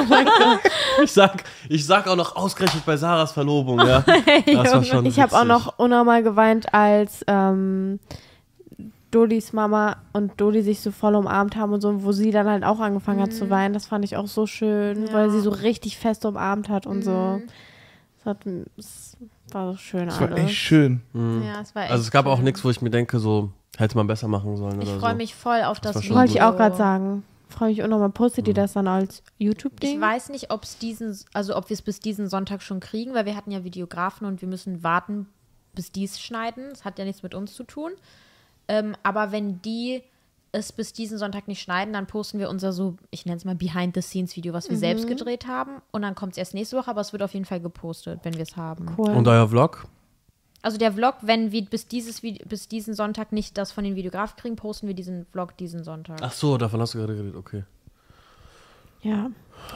Speaker 4: Ich sag, ich sag auch noch ausgerechnet bei Sarahs Verlobung, ja. das war schon
Speaker 1: Ich habe auch
Speaker 4: witzig.
Speaker 1: noch unnormal geweint, als ähm, Dolis Mama und Doli sich so voll umarmt haben und so, wo sie dann halt auch angefangen hat zu weinen. Das fand ich auch so schön, weil sie so richtig fest umarmt hat und so. Das, hat, das war so schön
Speaker 2: Das
Speaker 1: alles.
Speaker 2: war echt schön.
Speaker 3: ja, es war echt
Speaker 4: Also es gab auch
Speaker 3: schön.
Speaker 4: nichts, wo ich mir denke, so hätte man besser machen sollen
Speaker 3: Ich
Speaker 4: oder
Speaker 3: freue
Speaker 4: so.
Speaker 3: mich voll auf das,
Speaker 4: war
Speaker 3: Video.
Speaker 4: schon
Speaker 1: Wollte ich auch gerade sagen. Freue mich unnormal. Postet
Speaker 2: Mhm.
Speaker 1: ihr das dann als
Speaker 3: Oh. Ich
Speaker 1: YouTube-Ding?
Speaker 3: weiß nicht, ob es diesen, also ob wir es bis diesen Sonntag schon kriegen, weil wir hatten ja Videografen und wir müssen warten, bis die es schneiden. Das hat ja nichts mit uns zu tun. Ähm, aber wenn die es bis diesen Sonntag nicht schneiden, dann posten wir unser so, ich nenne es mal Behind-the-Scenes-Video, was wir selbst gedreht haben. Und dann kommt es erst nächste Woche, aber es wird auf jeden Fall gepostet, wenn wir es haben.
Speaker 1: Cool.
Speaker 4: Und euer Vlog?
Speaker 3: Also der Vlog, wenn wir bis, dieses Video, bis diesen Sonntag nicht das von den Videografen kriegen, posten wir diesen Vlog diesen Sonntag.
Speaker 4: Ach so, davon hast du gerade geredet, okay.
Speaker 1: ja.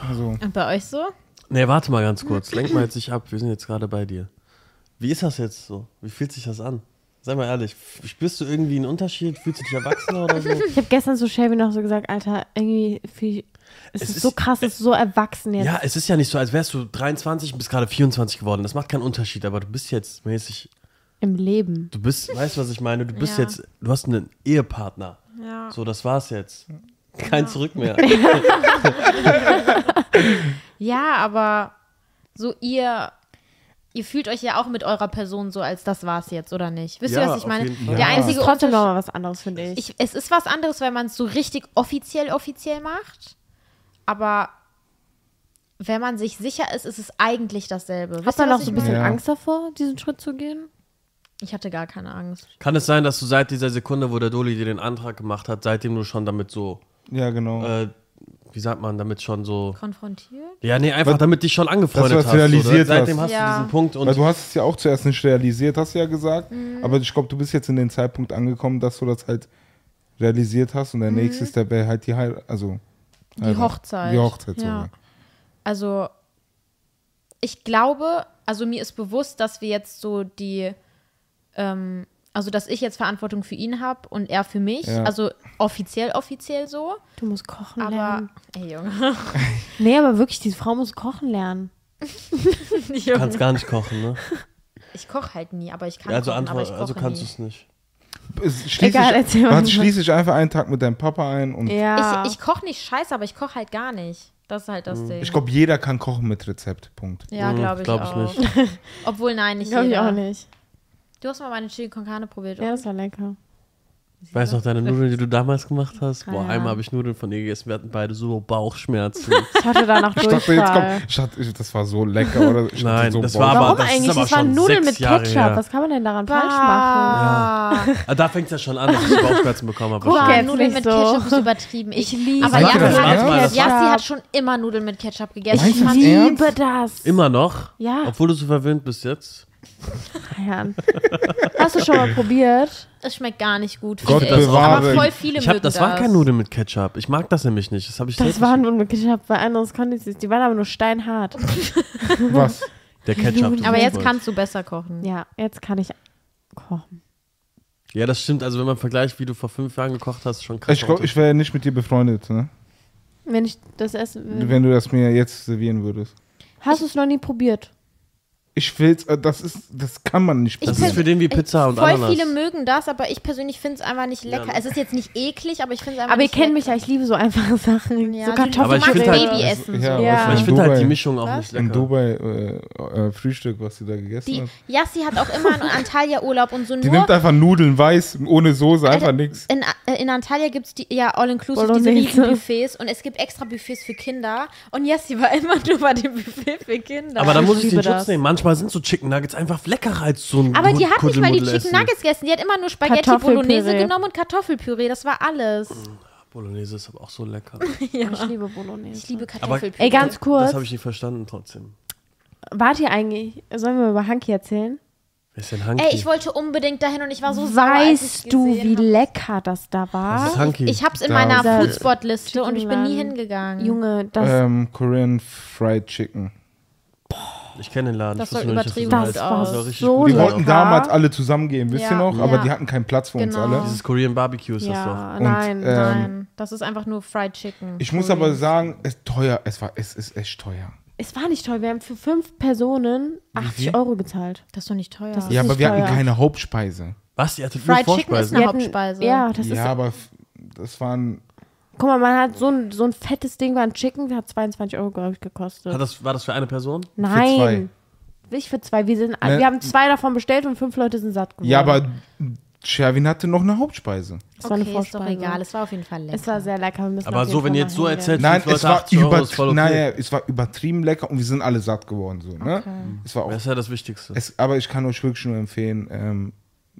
Speaker 2: Also,
Speaker 3: Und bei euch so?
Speaker 4: Nee, warte mal ganz kurz. Lenk mal jetzt nicht ab. Wir sind jetzt gerade bei dir. Wie ist das jetzt so? Wie fühlt sich das an? Sei mal ehrlich, spürst du irgendwie einen Unterschied? Fühlst du dich erwachsener oder so?
Speaker 1: Ich habe gestern zu Shelby noch so gesagt, Alter, irgendwie viel, es,
Speaker 4: Es
Speaker 1: ist,
Speaker 4: ist-
Speaker 1: so krass, es ist so erwachsen jetzt.
Speaker 4: Ja, es ist ja nicht so, als wärst du 23 und bist gerade 24 geworden. Das macht keinen Unterschied, aber du bist jetzt mäßig,
Speaker 1: Im Leben.
Speaker 4: du bist, weißt du, was ich meine? Du bist
Speaker 3: Ja.
Speaker 4: jetzt, du hast einen Ehepartner.
Speaker 3: Ja.
Speaker 4: So, das war's jetzt. Kein Zurück mehr.
Speaker 3: Ja, aber so ihr, ihr fühlt euch ja auch mit eurer Person so, als das war's jetzt, oder nicht? Wisst ihr,
Speaker 4: Ja,
Speaker 3: was ich
Speaker 4: auf
Speaker 3: meine?
Speaker 4: jeden Fall.
Speaker 3: Der
Speaker 2: Ja.
Speaker 1: Es
Speaker 3: einzige
Speaker 1: ist trotzdem
Speaker 3: Unterschied,
Speaker 1: nochmal was anderes, finde ich.
Speaker 3: ich, es ist was anderes, wenn man es so richtig offiziell offiziell macht, aber wenn man sich sicher ist, ist es eigentlich dasselbe.
Speaker 1: Hast
Speaker 3: Wisst
Speaker 1: du
Speaker 3: ihr,
Speaker 1: noch
Speaker 3: was
Speaker 1: so
Speaker 3: ich
Speaker 1: ein
Speaker 3: meine?
Speaker 1: bisschen
Speaker 2: meine?
Speaker 1: Angst davor, diesen Schritt zu gehen?
Speaker 3: Ich hatte gar keine Angst.
Speaker 4: Kann es sein, dass du seit dieser Sekunde, wo der Doli dir den Antrag gemacht hat, seitdem du schon damit so,
Speaker 2: Ja, genau.
Speaker 4: äh, wie sagt man, damit schon so.
Speaker 3: Konfrontiert?
Speaker 4: Ja, nee, einfach
Speaker 2: Was-
Speaker 4: damit dich schon angefreundet
Speaker 2: dass du das
Speaker 4: hast.
Speaker 2: realisiert
Speaker 4: oder? Seitdem
Speaker 2: hast.
Speaker 4: hast
Speaker 3: Ja.
Speaker 4: du diesen Punkt
Speaker 2: Weil
Speaker 4: und
Speaker 2: du hast es ja auch zuerst nicht realisiert, hast du ja gesagt.
Speaker 1: Mhm.
Speaker 2: Aber ich glaube, du bist jetzt in den Zeitpunkt angekommen, dass du das halt realisiert hast und der nächste Step wäre halt die Heirat, also
Speaker 1: Mhm. Die
Speaker 2: Heirat.
Speaker 1: Hochzeit.
Speaker 2: Die Hochzeit
Speaker 3: Ja.
Speaker 2: sogar.
Speaker 3: Also, ich glaube, also mir ist bewusst, dass wir jetzt so die, ähm, also dass ich jetzt Verantwortung für ihn habe und er für mich.
Speaker 2: Ja.
Speaker 3: Also offiziell, offiziell so.
Speaker 1: Du musst kochen
Speaker 3: Aber,
Speaker 1: lernen.
Speaker 3: ey Junge.
Speaker 1: Nee, aber wirklich, diese Frau muss kochen lernen.
Speaker 4: du kannst gar nicht kochen, ne?
Speaker 3: Ich koche halt nie, aber ich kann
Speaker 4: Ja, also,
Speaker 3: kochen, aber ich
Speaker 4: antwort,
Speaker 3: koche
Speaker 4: also kannst du
Speaker 3: nie.
Speaker 4: es nicht.
Speaker 2: Es- Schließ
Speaker 1: Egal,
Speaker 2: dich,
Speaker 1: erzähl mal.
Speaker 2: warte, schließ dich einfach einen Tag mit deinem Papa ein und
Speaker 1: Ja.
Speaker 3: Ich, ich koche nicht scheiße, aber ich koche halt gar nicht. Das ist halt das Ding.
Speaker 2: ich glaube, jeder kann kochen mit Rezept. Punkt.
Speaker 3: ja,
Speaker 4: Hm,
Speaker 3: glaube ich,
Speaker 4: glaub ich
Speaker 3: auch. Obwohl, nein, nicht
Speaker 1: Glaube ich
Speaker 3: jeder.
Speaker 1: auch nicht.
Speaker 3: Du hast mal meine Chili con Carne probiert,
Speaker 1: Ja,
Speaker 3: oder?
Speaker 1: das war lecker.
Speaker 4: Ich weiß noch, deine Nudeln, die du damals gemacht hast.
Speaker 1: Keine
Speaker 4: Boah,
Speaker 1: Ahnung.
Speaker 4: einmal habe ich Nudeln von dir gegessen. Wir hatten beide so Bauchschmerzen.
Speaker 1: Ich hatte danach
Speaker 2: Ich dachte,
Speaker 1: Durchfall.
Speaker 2: jetzt kommt, ich dachte, ich, das war so lecker. Oder ich
Speaker 4: Nein,
Speaker 2: hatte so
Speaker 4: das
Speaker 2: Bock.
Speaker 4: war aber-
Speaker 1: Warum
Speaker 4: das ist
Speaker 1: eigentlich?
Speaker 4: aber
Speaker 1: das waren
Speaker 4: schon
Speaker 1: Nudeln mit
Speaker 4: sechs Jahre
Speaker 1: Ketchup.
Speaker 4: her.
Speaker 1: Was kann man denn daran falsch machen?
Speaker 3: Bah.
Speaker 4: Ah, da fängt es ja schon an, dass ich Bauchschmerzen bekommen habe.
Speaker 1: Guck
Speaker 3: Bah,
Speaker 1: mal,
Speaker 4: wahrscheinlich.
Speaker 1: jetzt
Speaker 3: Nudeln
Speaker 1: nicht
Speaker 3: mit
Speaker 1: so.
Speaker 3: Ketchup ist übertrieben. Ich, liebe aber
Speaker 2: Sagt ihr das
Speaker 3: Yassi
Speaker 2: ernst?
Speaker 3: hat,
Speaker 1: Ketchup.
Speaker 3: Yassi hat schon immer Nudeln mit Ketchup gegessen.
Speaker 2: Meinst
Speaker 1: Ich
Speaker 2: du das
Speaker 3: fand-
Speaker 1: liebe
Speaker 2: ernst?
Speaker 1: das.
Speaker 4: Immer noch?
Speaker 1: Ja.
Speaker 4: Obwohl du so verwöhnt bist jetzt?
Speaker 1: Herrn. Hast du schon mal probiert?
Speaker 3: es schmeckt gar nicht gut.
Speaker 2: Gott
Speaker 3: finde ich.
Speaker 2: bewahre.
Speaker 3: aber voll viele
Speaker 4: Ich hab,
Speaker 3: mögen
Speaker 4: das, waren keine Nudeln mit Ketchup. Ich mag das nämlich nicht. Das habe ich
Speaker 1: Das
Speaker 4: selbst
Speaker 1: waren
Speaker 4: nicht-
Speaker 1: Nudeln mit Ketchup, weil anderes konnte ich es nicht. Die waren aber nur steinhart.
Speaker 2: Was?
Speaker 4: Der Ketchup. das
Speaker 3: Aber
Speaker 4: ist
Speaker 3: jetzt
Speaker 4: voll.
Speaker 3: kannst du besser kochen.
Speaker 1: Ja, jetzt kann ich kochen.
Speaker 4: Ja, das stimmt. Also, wenn man vergleicht, wie du vor fünf Jahren gekocht hast, schon krass.
Speaker 2: Ich glaube, ich wäre nicht mit dir befreundet, ne?
Speaker 1: Wenn ich das essen
Speaker 3: Mhm.
Speaker 1: will.
Speaker 2: wenn du das mir jetzt servieren würdest.
Speaker 1: Hast du es noch nie probiert?
Speaker 2: Ich will's, äh, das ist, das kann man nicht
Speaker 4: Das
Speaker 3: Ich
Speaker 4: ist
Speaker 2: probieren.
Speaker 4: für den wie Pizza und
Speaker 3: voll
Speaker 4: Ananas.
Speaker 3: viele mögen das, aber ich persönlich finde es einfach nicht lecker.
Speaker 4: Ja.
Speaker 3: Es ist jetzt nicht eklig, aber ich finde es einfach
Speaker 1: Aber ihr
Speaker 3: nicht
Speaker 1: kennt mich
Speaker 3: lecker.
Speaker 1: ja, ich liebe so einfache Sachen.
Speaker 3: Ja,
Speaker 1: so
Speaker 3: du-
Speaker 4: Aber ich
Speaker 3: du magst
Speaker 4: find halt-
Speaker 3: Baby essen.
Speaker 2: Ja,
Speaker 3: so.
Speaker 1: Ja.
Speaker 2: weißt du,
Speaker 4: ich
Speaker 2: in
Speaker 4: finde halt
Speaker 2: Dubai-
Speaker 4: die Mischung auch
Speaker 3: Was?
Speaker 4: nicht
Speaker 2: In
Speaker 4: lecker.
Speaker 2: Dubai äh, äh, Frühstück, was sie da gegessen
Speaker 3: Die,
Speaker 2: hat.
Speaker 3: Yassi hat auch immer einen Antalya-Urlaub und so
Speaker 2: Die
Speaker 3: nur
Speaker 2: nimmt einfach Nudeln weiß, ohne Soße, einfach
Speaker 3: Alter,
Speaker 2: nichts.
Speaker 3: In, äh, in Antalya gibt es die, ja All-Inclusive, diese
Speaker 1: Bolognese.
Speaker 3: riesen Buffets und es gibt extra Buffets für Kinder. Und Jessie war immer nur bei dem Buffet für Kinder.
Speaker 4: Aber da
Speaker 1: Ich
Speaker 4: muss ich
Speaker 1: liebe
Speaker 4: den Schutz
Speaker 1: das.
Speaker 4: nehmen. Manchmal sind so Chicken Nuggets einfach leckerer als so ein
Speaker 3: Aber die
Speaker 4: Kud-
Speaker 3: hat nicht mal die
Speaker 4: Kuddelmuddel
Speaker 3: Chicken
Speaker 4: essen.
Speaker 3: Nuggets gegessen. Die hat immer nur Spaghetti
Speaker 1: Kartoffelpüree.
Speaker 3: Bolognese genommen und Kartoffelpüree. Das war alles.
Speaker 4: Bolognese ist aber auch so lecker.
Speaker 1: Ich liebe Bolognese.
Speaker 3: Ich liebe Kartoffelpüree.
Speaker 1: Ey, ganz kurz.
Speaker 4: Das habe ich nicht verstanden trotzdem.
Speaker 1: Wart ihr eigentlich, sollen wir über Hanky erzählen?
Speaker 4: Wer ist denn Hanky?
Speaker 3: Ey, ich wollte unbedingt dahin und ich war so sauer, als ich's
Speaker 1: weißt du, wie
Speaker 3: gesehen hab.
Speaker 1: lecker das da
Speaker 4: das
Speaker 1: war?
Speaker 4: ist Hanky.
Speaker 3: Ich hab's in
Speaker 2: Da-
Speaker 3: meiner
Speaker 1: Da-
Speaker 3: Foodspot-Liste und ich bin nie
Speaker 1: Chicken Run.
Speaker 3: hingegangen.
Speaker 1: Junge, das,
Speaker 4: Äh,
Speaker 2: Ähm, Korean Fried Chicken.
Speaker 4: Ich kenne den Laden.
Speaker 3: Das
Speaker 4: ich wusste
Speaker 3: sah
Speaker 4: nur nicht, dass
Speaker 3: übertrieben
Speaker 4: das heißt.
Speaker 1: das war
Speaker 3: das
Speaker 4: sah
Speaker 1: so
Speaker 4: richtig gut
Speaker 2: Die
Speaker 4: aus.
Speaker 1: lecker.
Speaker 2: wollten damals alle zusammengehen, wisst
Speaker 3: Ja.
Speaker 2: ihr noch? Aber
Speaker 3: Ja.
Speaker 2: die ne? hatten keinen Platz für uns
Speaker 3: Genau.
Speaker 2: alle.
Speaker 4: Dieses Korean Barbecue ist das doch.
Speaker 1: ja,
Speaker 2: Und,
Speaker 1: nein,
Speaker 2: ähm,
Speaker 1: nein.
Speaker 3: Nein, das ist einfach nur Fried Chicken.
Speaker 2: Ich muss aber sagen, es teuer, es war, es ist echt teuer.
Speaker 1: Es war nicht teuer. Wir haben für fünf Personen 80 Euro gezahlt.
Speaker 3: Das ist doch nicht teuer.
Speaker 1: Das ist
Speaker 2: Ja, aber
Speaker 1: nicht
Speaker 2: wir hatten
Speaker 1: teuer.
Speaker 2: keine Hauptspeise.
Speaker 4: Was? Ihr hattet
Speaker 3: Fried
Speaker 4: nur
Speaker 3: Chicken ist
Speaker 4: Vorspeisen?
Speaker 3: eine
Speaker 1: Wir hatten-
Speaker 3: Hauptspeise.
Speaker 1: Ja, das
Speaker 2: ja,
Speaker 1: ist.
Speaker 2: aber f- das waren
Speaker 1: Guck mal, man hat so ein, so ein fettes Ding, war ein Chicken, der hat 22 Euro, glaube ich, gekostet.
Speaker 4: Hat das, war das für eine Person?
Speaker 1: Nein. Ich für zwei. Wir, sind,
Speaker 2: Ne.
Speaker 1: wir haben zwei davon bestellt und fünf Leute sind satt geworden.
Speaker 2: Ja, aber Sherwin hatte noch eine Hauptspeise.
Speaker 1: es war eine
Speaker 3: okay, ist doch
Speaker 1: Vorspeise.
Speaker 3: egal. Es war auf jeden Fall lecker.
Speaker 1: Es war sehr lecker. Wir müssen
Speaker 4: Aber
Speaker 1: auf jeden
Speaker 4: so, wenn
Speaker 1: Fall
Speaker 4: ihr
Speaker 1: mal
Speaker 4: jetzt so
Speaker 1: hingehen.
Speaker 4: erzählt,
Speaker 2: Nein,
Speaker 4: fünf
Speaker 2: es
Speaker 4: Leute,
Speaker 2: war,
Speaker 4: 80 Euro, ist voll
Speaker 2: übertri
Speaker 4: okay.
Speaker 2: naja, es war übertrieben lecker und wir sind alle satt geworden. So, ne? Es war auch,
Speaker 4: Das ist ja das Wichtigste.
Speaker 2: es, aber ich kann euch wirklich nur empfehlen, ähm,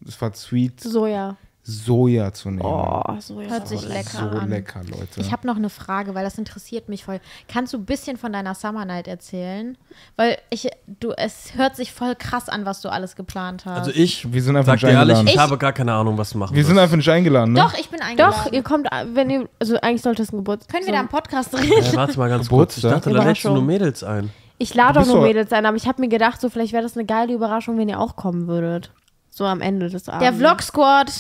Speaker 2: es war Sweet
Speaker 1: Soja.
Speaker 2: Soja zu nehmen.
Speaker 1: Oh, Soja.
Speaker 3: Hört sich lecker
Speaker 2: so
Speaker 3: an.
Speaker 2: lecker, Leute.
Speaker 3: Ich habe noch eine Frage, weil das interessiert mich voll. Kannst du ein bisschen von deiner Summer Night erzählen? Weil ich, du, es hört sich voll krass an, was du alles geplant hast.
Speaker 4: Also ich,
Speaker 2: Wir sind einfach
Speaker 4: sag dir
Speaker 2: nicht
Speaker 4: ehrlich, ich,
Speaker 2: eingeladen.
Speaker 4: habe gar keine Ahnung, was du machen
Speaker 2: wir sind
Speaker 4: wirst.
Speaker 2: einfach nicht eingeladen, ne?
Speaker 3: Doch, ich bin eingeladen.
Speaker 1: Doch, ihr kommt, wenn ihr. Also eigentlich sollte es ein Geburtstag.
Speaker 3: Können
Speaker 1: so
Speaker 3: wir da im Podcast reden?
Speaker 4: Ja, Äh, warte mal ganz kurz. Ich
Speaker 2: Geburtstag?
Speaker 4: dachte, da lädst du
Speaker 1: Überraschung.
Speaker 4: nur Mädels ein.
Speaker 1: Ich lade
Speaker 2: Du
Speaker 1: auch
Speaker 2: bist
Speaker 1: nur
Speaker 2: doch-
Speaker 1: Mädels ein, aber ich habe mir gedacht, so vielleicht wäre das eine geile Überraschung, wenn ihr auch kommen würdet. So am Ende des Abends.
Speaker 3: Der Vlog Squad.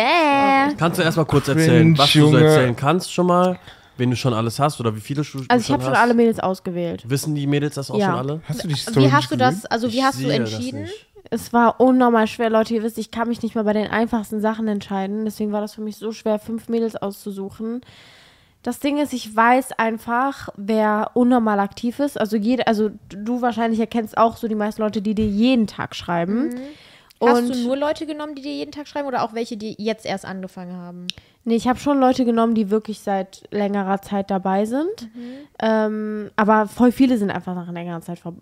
Speaker 1: Yeah.
Speaker 4: Kannst du erstmal kurz
Speaker 2: Cringe,
Speaker 4: erzählen, was du so
Speaker 2: Junge.
Speaker 4: erzählen kannst schon mal, wen du schon alles hast oder wie viele du
Speaker 1: Also ich
Speaker 4: schon
Speaker 1: habe schon
Speaker 4: hast?
Speaker 1: alle Mädels ausgewählt.
Speaker 4: Wissen die Mädels das auch
Speaker 1: Ja.
Speaker 4: schon alle?
Speaker 2: Hast du dich
Speaker 3: Wie hast du das, also wie
Speaker 4: Ich
Speaker 3: hast du
Speaker 4: sehe das
Speaker 3: entschieden?
Speaker 4: nicht.
Speaker 1: Es war unnormal schwer, Leute. Ihr wisst, ich kann mich nicht mal bei den einfachsten Sachen entscheiden. Deswegen war das für mich so schwer, fünf Mädels auszusuchen. Das Ding ist, ich weiß einfach, wer unnormal aktiv ist. Also jede, also du wahrscheinlich erkennst auch so die meisten Leute, die dir jeden Tag schreiben.
Speaker 3: Mhm. Hast du nur Leute genommen, die dir jeden Tag schreiben oder auch welche, die jetzt erst angefangen haben?
Speaker 1: Nee, ich habe schon Leute genommen, die wirklich seit längerer Zeit dabei sind.
Speaker 3: Mhm.
Speaker 1: Ähm, aber voll viele sind einfach nach längerer Zeit vor-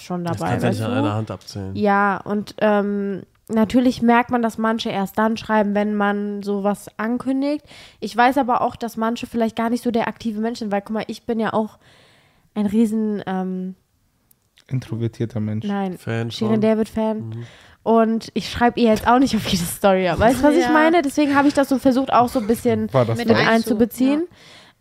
Speaker 1: schon
Speaker 4: Das
Speaker 1: dabei.
Speaker 4: kannst du
Speaker 1: Weißt
Speaker 4: nicht an einer
Speaker 1: du?
Speaker 4: Hand abzählen.
Speaker 1: Ja, und ähm, natürlich merkt man, dass manche erst dann schreiben, wenn man sowas ankündigt. Ich weiß aber auch, dass manche vielleicht gar nicht so der aktive Mensch sind, weil guck mal, ich bin ja auch ein riesen, ähm,
Speaker 2: Introvertierter Mensch.
Speaker 1: nein,
Speaker 4: Fan
Speaker 1: Shirin
Speaker 4: von- Mhm.
Speaker 1: David-Fan. Und ich schreibe ihr jetzt auch nicht auf jede Story. ab. Weißt du, was ich
Speaker 3: Ja.
Speaker 1: meine? Deswegen habe ich das so versucht, auch so ein bisschen
Speaker 2: War das
Speaker 3: Mit
Speaker 1: mit
Speaker 2: da?
Speaker 3: ein-
Speaker 1: einzubeziehen.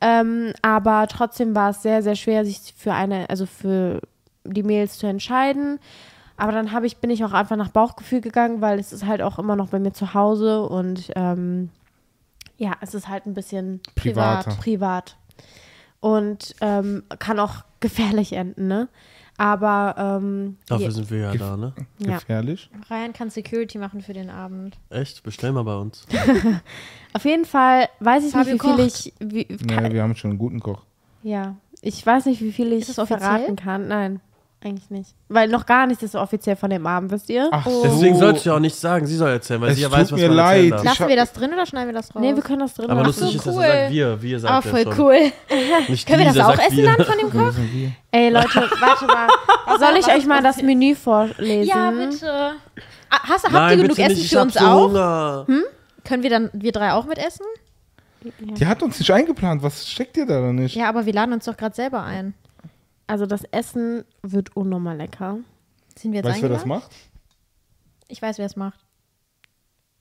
Speaker 1: Ähm, aber trotzdem war es sehr, sehr schwer, sich für eine, also für die Mails zu entscheiden. Aber dann habe ich, bin ich auch einfach nach Bauchgefühl gegangen, weil es ist halt auch immer noch bei mir zu Hause und ähm, ja, es ist halt ein bisschen
Speaker 2: Privater.
Speaker 1: privat und ähm, kann auch gefährlich enden, ne? Aber ähm,
Speaker 4: Dafür
Speaker 1: je-
Speaker 4: sind wir ja da, ne?
Speaker 1: ja.
Speaker 2: Gefährlich.
Speaker 3: Ryan kann Security machen für den Abend.
Speaker 4: Echt? Bestell mal bei uns.
Speaker 3: Oh.
Speaker 1: auf jeden Fall weiß ich
Speaker 3: Fabio
Speaker 1: nicht, wie viel
Speaker 3: kocht.
Speaker 1: ich, wie,
Speaker 2: Naja, wir haben schon einen guten Koch.
Speaker 1: Ja, ich weiß nicht, wie viel ich
Speaker 3: Ist das offiziell?
Speaker 1: verraten kann. Nein, eigentlich nicht. Weil noch gar nichts ist offiziell von dem Abend, wisst ihr? Oh.
Speaker 2: Ach so.
Speaker 4: Deswegen sollst du ja auch nichts sagen. Sie soll erzählen, weil
Speaker 2: Es
Speaker 4: sie ja
Speaker 2: tut
Speaker 4: weiß, was
Speaker 2: mir
Speaker 4: man
Speaker 2: leid.
Speaker 4: erzählen darf.
Speaker 2: Ich
Speaker 3: Lassen
Speaker 2: hab-
Speaker 3: wir das drin oder schneiden wir das raus?
Speaker 1: Nee, wir können das drin
Speaker 4: Aber
Speaker 1: lassen.
Speaker 4: lustig
Speaker 3: so,
Speaker 4: ist, dass
Speaker 3: cool.
Speaker 4: er sagt, wir, wir sagt
Speaker 3: Aber
Speaker 4: er
Speaker 3: voll
Speaker 4: schon.
Speaker 3: cool.
Speaker 4: Nicht
Speaker 3: Können wir das
Speaker 4: dieser
Speaker 3: auch
Speaker 4: sagt
Speaker 3: essen
Speaker 4: wir.
Speaker 3: dann von dem Koch?
Speaker 2: Sind wir.
Speaker 1: Ey, Leute, warte mal. Soll ich euch mal das Menü vorlesen?
Speaker 3: Ja, bitte. Ah, Hast, habt
Speaker 4: Nein,
Speaker 3: ihr genug
Speaker 4: bitte
Speaker 3: Essen
Speaker 4: nicht, ich
Speaker 3: für
Speaker 4: hab
Speaker 3: uns
Speaker 4: so
Speaker 3: auch?
Speaker 4: Hunger.
Speaker 3: Können wir dann wir drei auch mitessen?
Speaker 2: Die hat uns nicht eingeplant. Was steckt ihr da denn nicht?
Speaker 3: Ja, aber wir laden uns doch gerade selber ein.
Speaker 1: Also das Essen wird unnormal lecker.
Speaker 3: Sind wir jetzt
Speaker 2: weißt du, wer das
Speaker 3: eingeladen?
Speaker 2: macht?
Speaker 3: Ich weiß, wer es macht.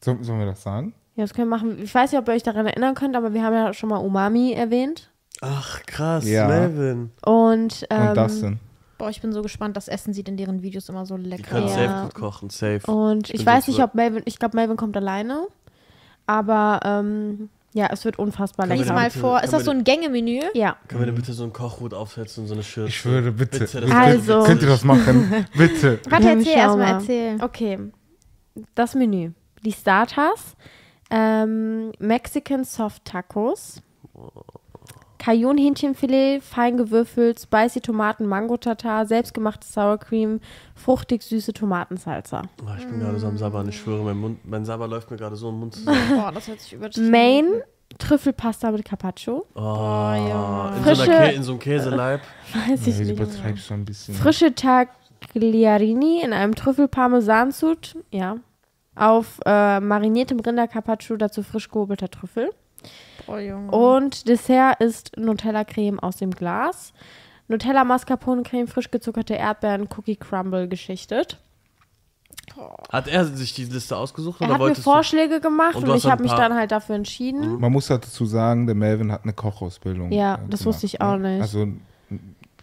Speaker 2: So, sollen wir das sagen?
Speaker 1: Ja, das können wir machen. Ich weiß nicht, ob ihr euch daran erinnern könnt, aber wir haben ja schon mal Umami erwähnt.
Speaker 4: Ach, krass,
Speaker 2: Ja.
Speaker 4: Melvin.
Speaker 1: Und, ähm,
Speaker 2: Und das denn?
Speaker 3: Boah, ich bin so gespannt. Das Essen sieht in deren Videos immer so
Speaker 4: Die
Speaker 3: lecker
Speaker 4: können
Speaker 1: Ja. Oh.
Speaker 3: aus.
Speaker 4: safe gut kochen, safe.
Speaker 1: Und ich,
Speaker 4: bin
Speaker 1: weiß
Speaker 4: so
Speaker 1: nicht, ob Melvin, ich glaube, Melvin kommt alleine. Aber ähm, ja, es wird unfassbar
Speaker 4: Können wir
Speaker 1: lecker.
Speaker 3: Lies mal
Speaker 4: Bitte,
Speaker 3: vor.
Speaker 4: kann
Speaker 3: Ist
Speaker 4: man-
Speaker 3: das so ein Gängemenü?
Speaker 1: Ja.
Speaker 4: Können wir denn bitte so einen Kochhut aufsetzen und so eine Schürze?
Speaker 2: Ich schwöre, bitte.
Speaker 4: Bitte, das
Speaker 2: bitte.
Speaker 1: Also-
Speaker 2: Könnt ihr das machen? bitte.
Speaker 3: Warte,
Speaker 1: Ja,
Speaker 3: erzähl
Speaker 1: schau
Speaker 3: erstmal,
Speaker 1: mal.
Speaker 3: erzähl.
Speaker 1: Okay, das Menü. Die Starters, ähm, Mexican Soft Tacos, Cajun-Hähnchenfilet, fein gewürfelt, spicy Tomaten, Mango-Tatar, selbstgemachte Sour Cream, fruchtig-süße Tomatensalsa.
Speaker 4: Oh, ich bin gerade so am Sabbern, ich schwöre, mein, Mund, mein Sabber läuft mir gerade so im Mund zusammen.
Speaker 3: Boah, das hört sich übertrieben.
Speaker 1: Oh. Main, Trüffelpasta mit Carpaccio,
Speaker 4: Oh,
Speaker 3: Ah.
Speaker 4: ja. in, so
Speaker 1: Frische-
Speaker 4: einer Kä- in so einem Käseleib.
Speaker 1: weiß ich
Speaker 2: Ja, du
Speaker 1: nicht.
Speaker 2: übertreibst schon ein bisschen.
Speaker 1: Frische Tagliarini in einem Trüffel-Parmesan-Sud, ja, auf äh, mariniertem Rinder-Carpaccio, dazu frisch gehobelter Trüffel.
Speaker 3: Oh, Junge.
Speaker 1: Und Dessert ist Nutella-Creme aus dem Glas. Nutella Mascarpone-Creme, frisch gezuckerte Erdbeeren, Cookie Crumble geschichtet.
Speaker 4: Hat er sich die Liste ausgesucht
Speaker 1: Er
Speaker 4: oder
Speaker 1: hat mir
Speaker 4: wolltest
Speaker 1: Vorschläge gemacht
Speaker 4: Und
Speaker 1: und,
Speaker 4: du hast
Speaker 1: ich habe
Speaker 4: ein
Speaker 1: mich
Speaker 4: paar- Mhm.
Speaker 1: dann halt dafür entschieden.
Speaker 2: Man muss halt dazu sagen, der Melvin hat eine Kochausbildung.
Speaker 1: Ja,
Speaker 2: äh,
Speaker 1: das
Speaker 2: gemacht,
Speaker 1: wusste ich
Speaker 2: ne?
Speaker 1: auch nicht.
Speaker 2: Also m,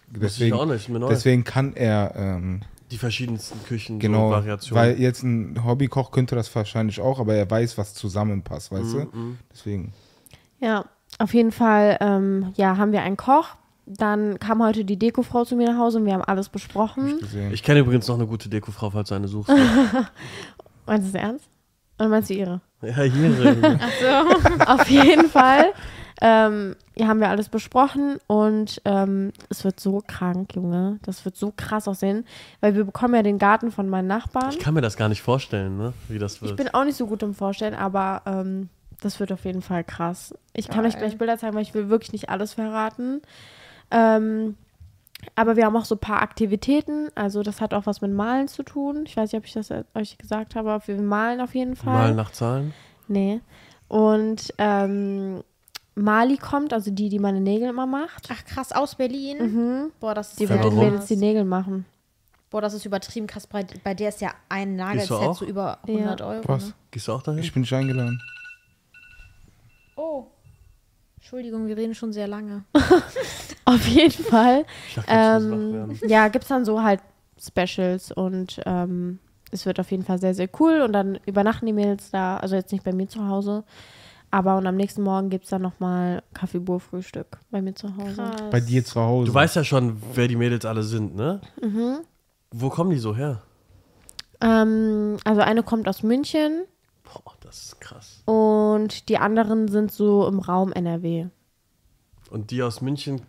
Speaker 2: deswegen,
Speaker 4: auch nicht, ist mir neu.
Speaker 2: deswegen kann er ähm,
Speaker 4: du die verschiedensten Küchen
Speaker 2: genau,
Speaker 4: so Variationen?
Speaker 2: weil jetzt ein Hobbykoch könnte das wahrscheinlich auch, aber er weiß, was zusammenpasst, weißt
Speaker 4: Mhm,
Speaker 2: du? Deswegen.
Speaker 1: Ja, auf jeden Fall, ähm, ja, haben wir einen Koch. Dann kam heute die Dekofrau zu mir nach Hause und wir haben alles besprochen.
Speaker 2: Gesehen.
Speaker 4: ich kenne übrigens noch eine gute Dekofrau, falls du eine suchst.
Speaker 1: Meinst du es ernst? Oder meinst du ihre?
Speaker 4: ja, hier.
Speaker 1: Auf jeden Fall. Ähm, ja, haben wir alles besprochen und ähm, es wird so krank, Junge. Das wird so krass aussehen, weil wir bekommen ja den Garten von meinen Nachbarn.
Speaker 4: Ich kann mir das gar nicht vorstellen, ne? wie das
Speaker 1: Ich
Speaker 4: wird.
Speaker 1: bin auch nicht so gut im Vorstellen, aber ähm, das wird auf jeden Fall krass. Ich kann euch
Speaker 3: Geil.
Speaker 1: gleich Bilder zeigen, weil ich will wirklich nicht alles verraten. Ähm, aber wir haben auch so ein paar Aktivitäten. Also das hat auch was mit Malen zu tun. Ich weiß nicht, ob ich das äh, euch gesagt habe, aber wir malen auf jeden Fall.
Speaker 4: Mal nach Zahlen.
Speaker 1: Nee. Und ähm, Mali kommt, also die, die meine Nägel immer macht.
Speaker 3: Ach krass, aus Berlin.
Speaker 1: Mhm.
Speaker 3: Boah, das ist
Speaker 1: Die
Speaker 3: sehr
Speaker 1: wird den
Speaker 4: Warum?
Speaker 1: Mädels die Nägel machen.
Speaker 3: Boah, das ist übertrieben krass. Bei, bei der ist ja ein
Speaker 4: Gehst du
Speaker 3: Nagelset
Speaker 4: auch?
Speaker 3: zu über
Speaker 1: Ja.
Speaker 3: 100 Euro.
Speaker 2: Was?
Speaker 3: Ne?
Speaker 4: Gehst du auch dahin?
Speaker 2: Ich bin nicht eingeladen.
Speaker 3: Oh. Entschuldigung, wir reden schon sehr lange.
Speaker 1: Auf jeden Fall.
Speaker 4: Ich dachte, das muss wach
Speaker 1: Ähm,
Speaker 4: werden.
Speaker 1: ja, gibt es dann so halt Specials und ähm, es wird auf jeden Fall sehr, sehr cool. Und dann übernachten die Mädels da, also jetzt nicht bei mir zu Hause. Aber und am nächsten Morgen gibt es dann nochmal Kaffeeburg-Frühstück bei mir zu Hause.
Speaker 3: Also,
Speaker 2: Bei dir zu Hause.
Speaker 4: Du weißt ja schon, wer die Mädels alle sind, ne?
Speaker 1: Mhm.
Speaker 4: Wo kommen die so her?
Speaker 1: Ähm, also eine kommt aus München
Speaker 4: Boah, das ist krass.
Speaker 1: und die anderen sind so im Raum NRW.
Speaker 4: Und die aus München,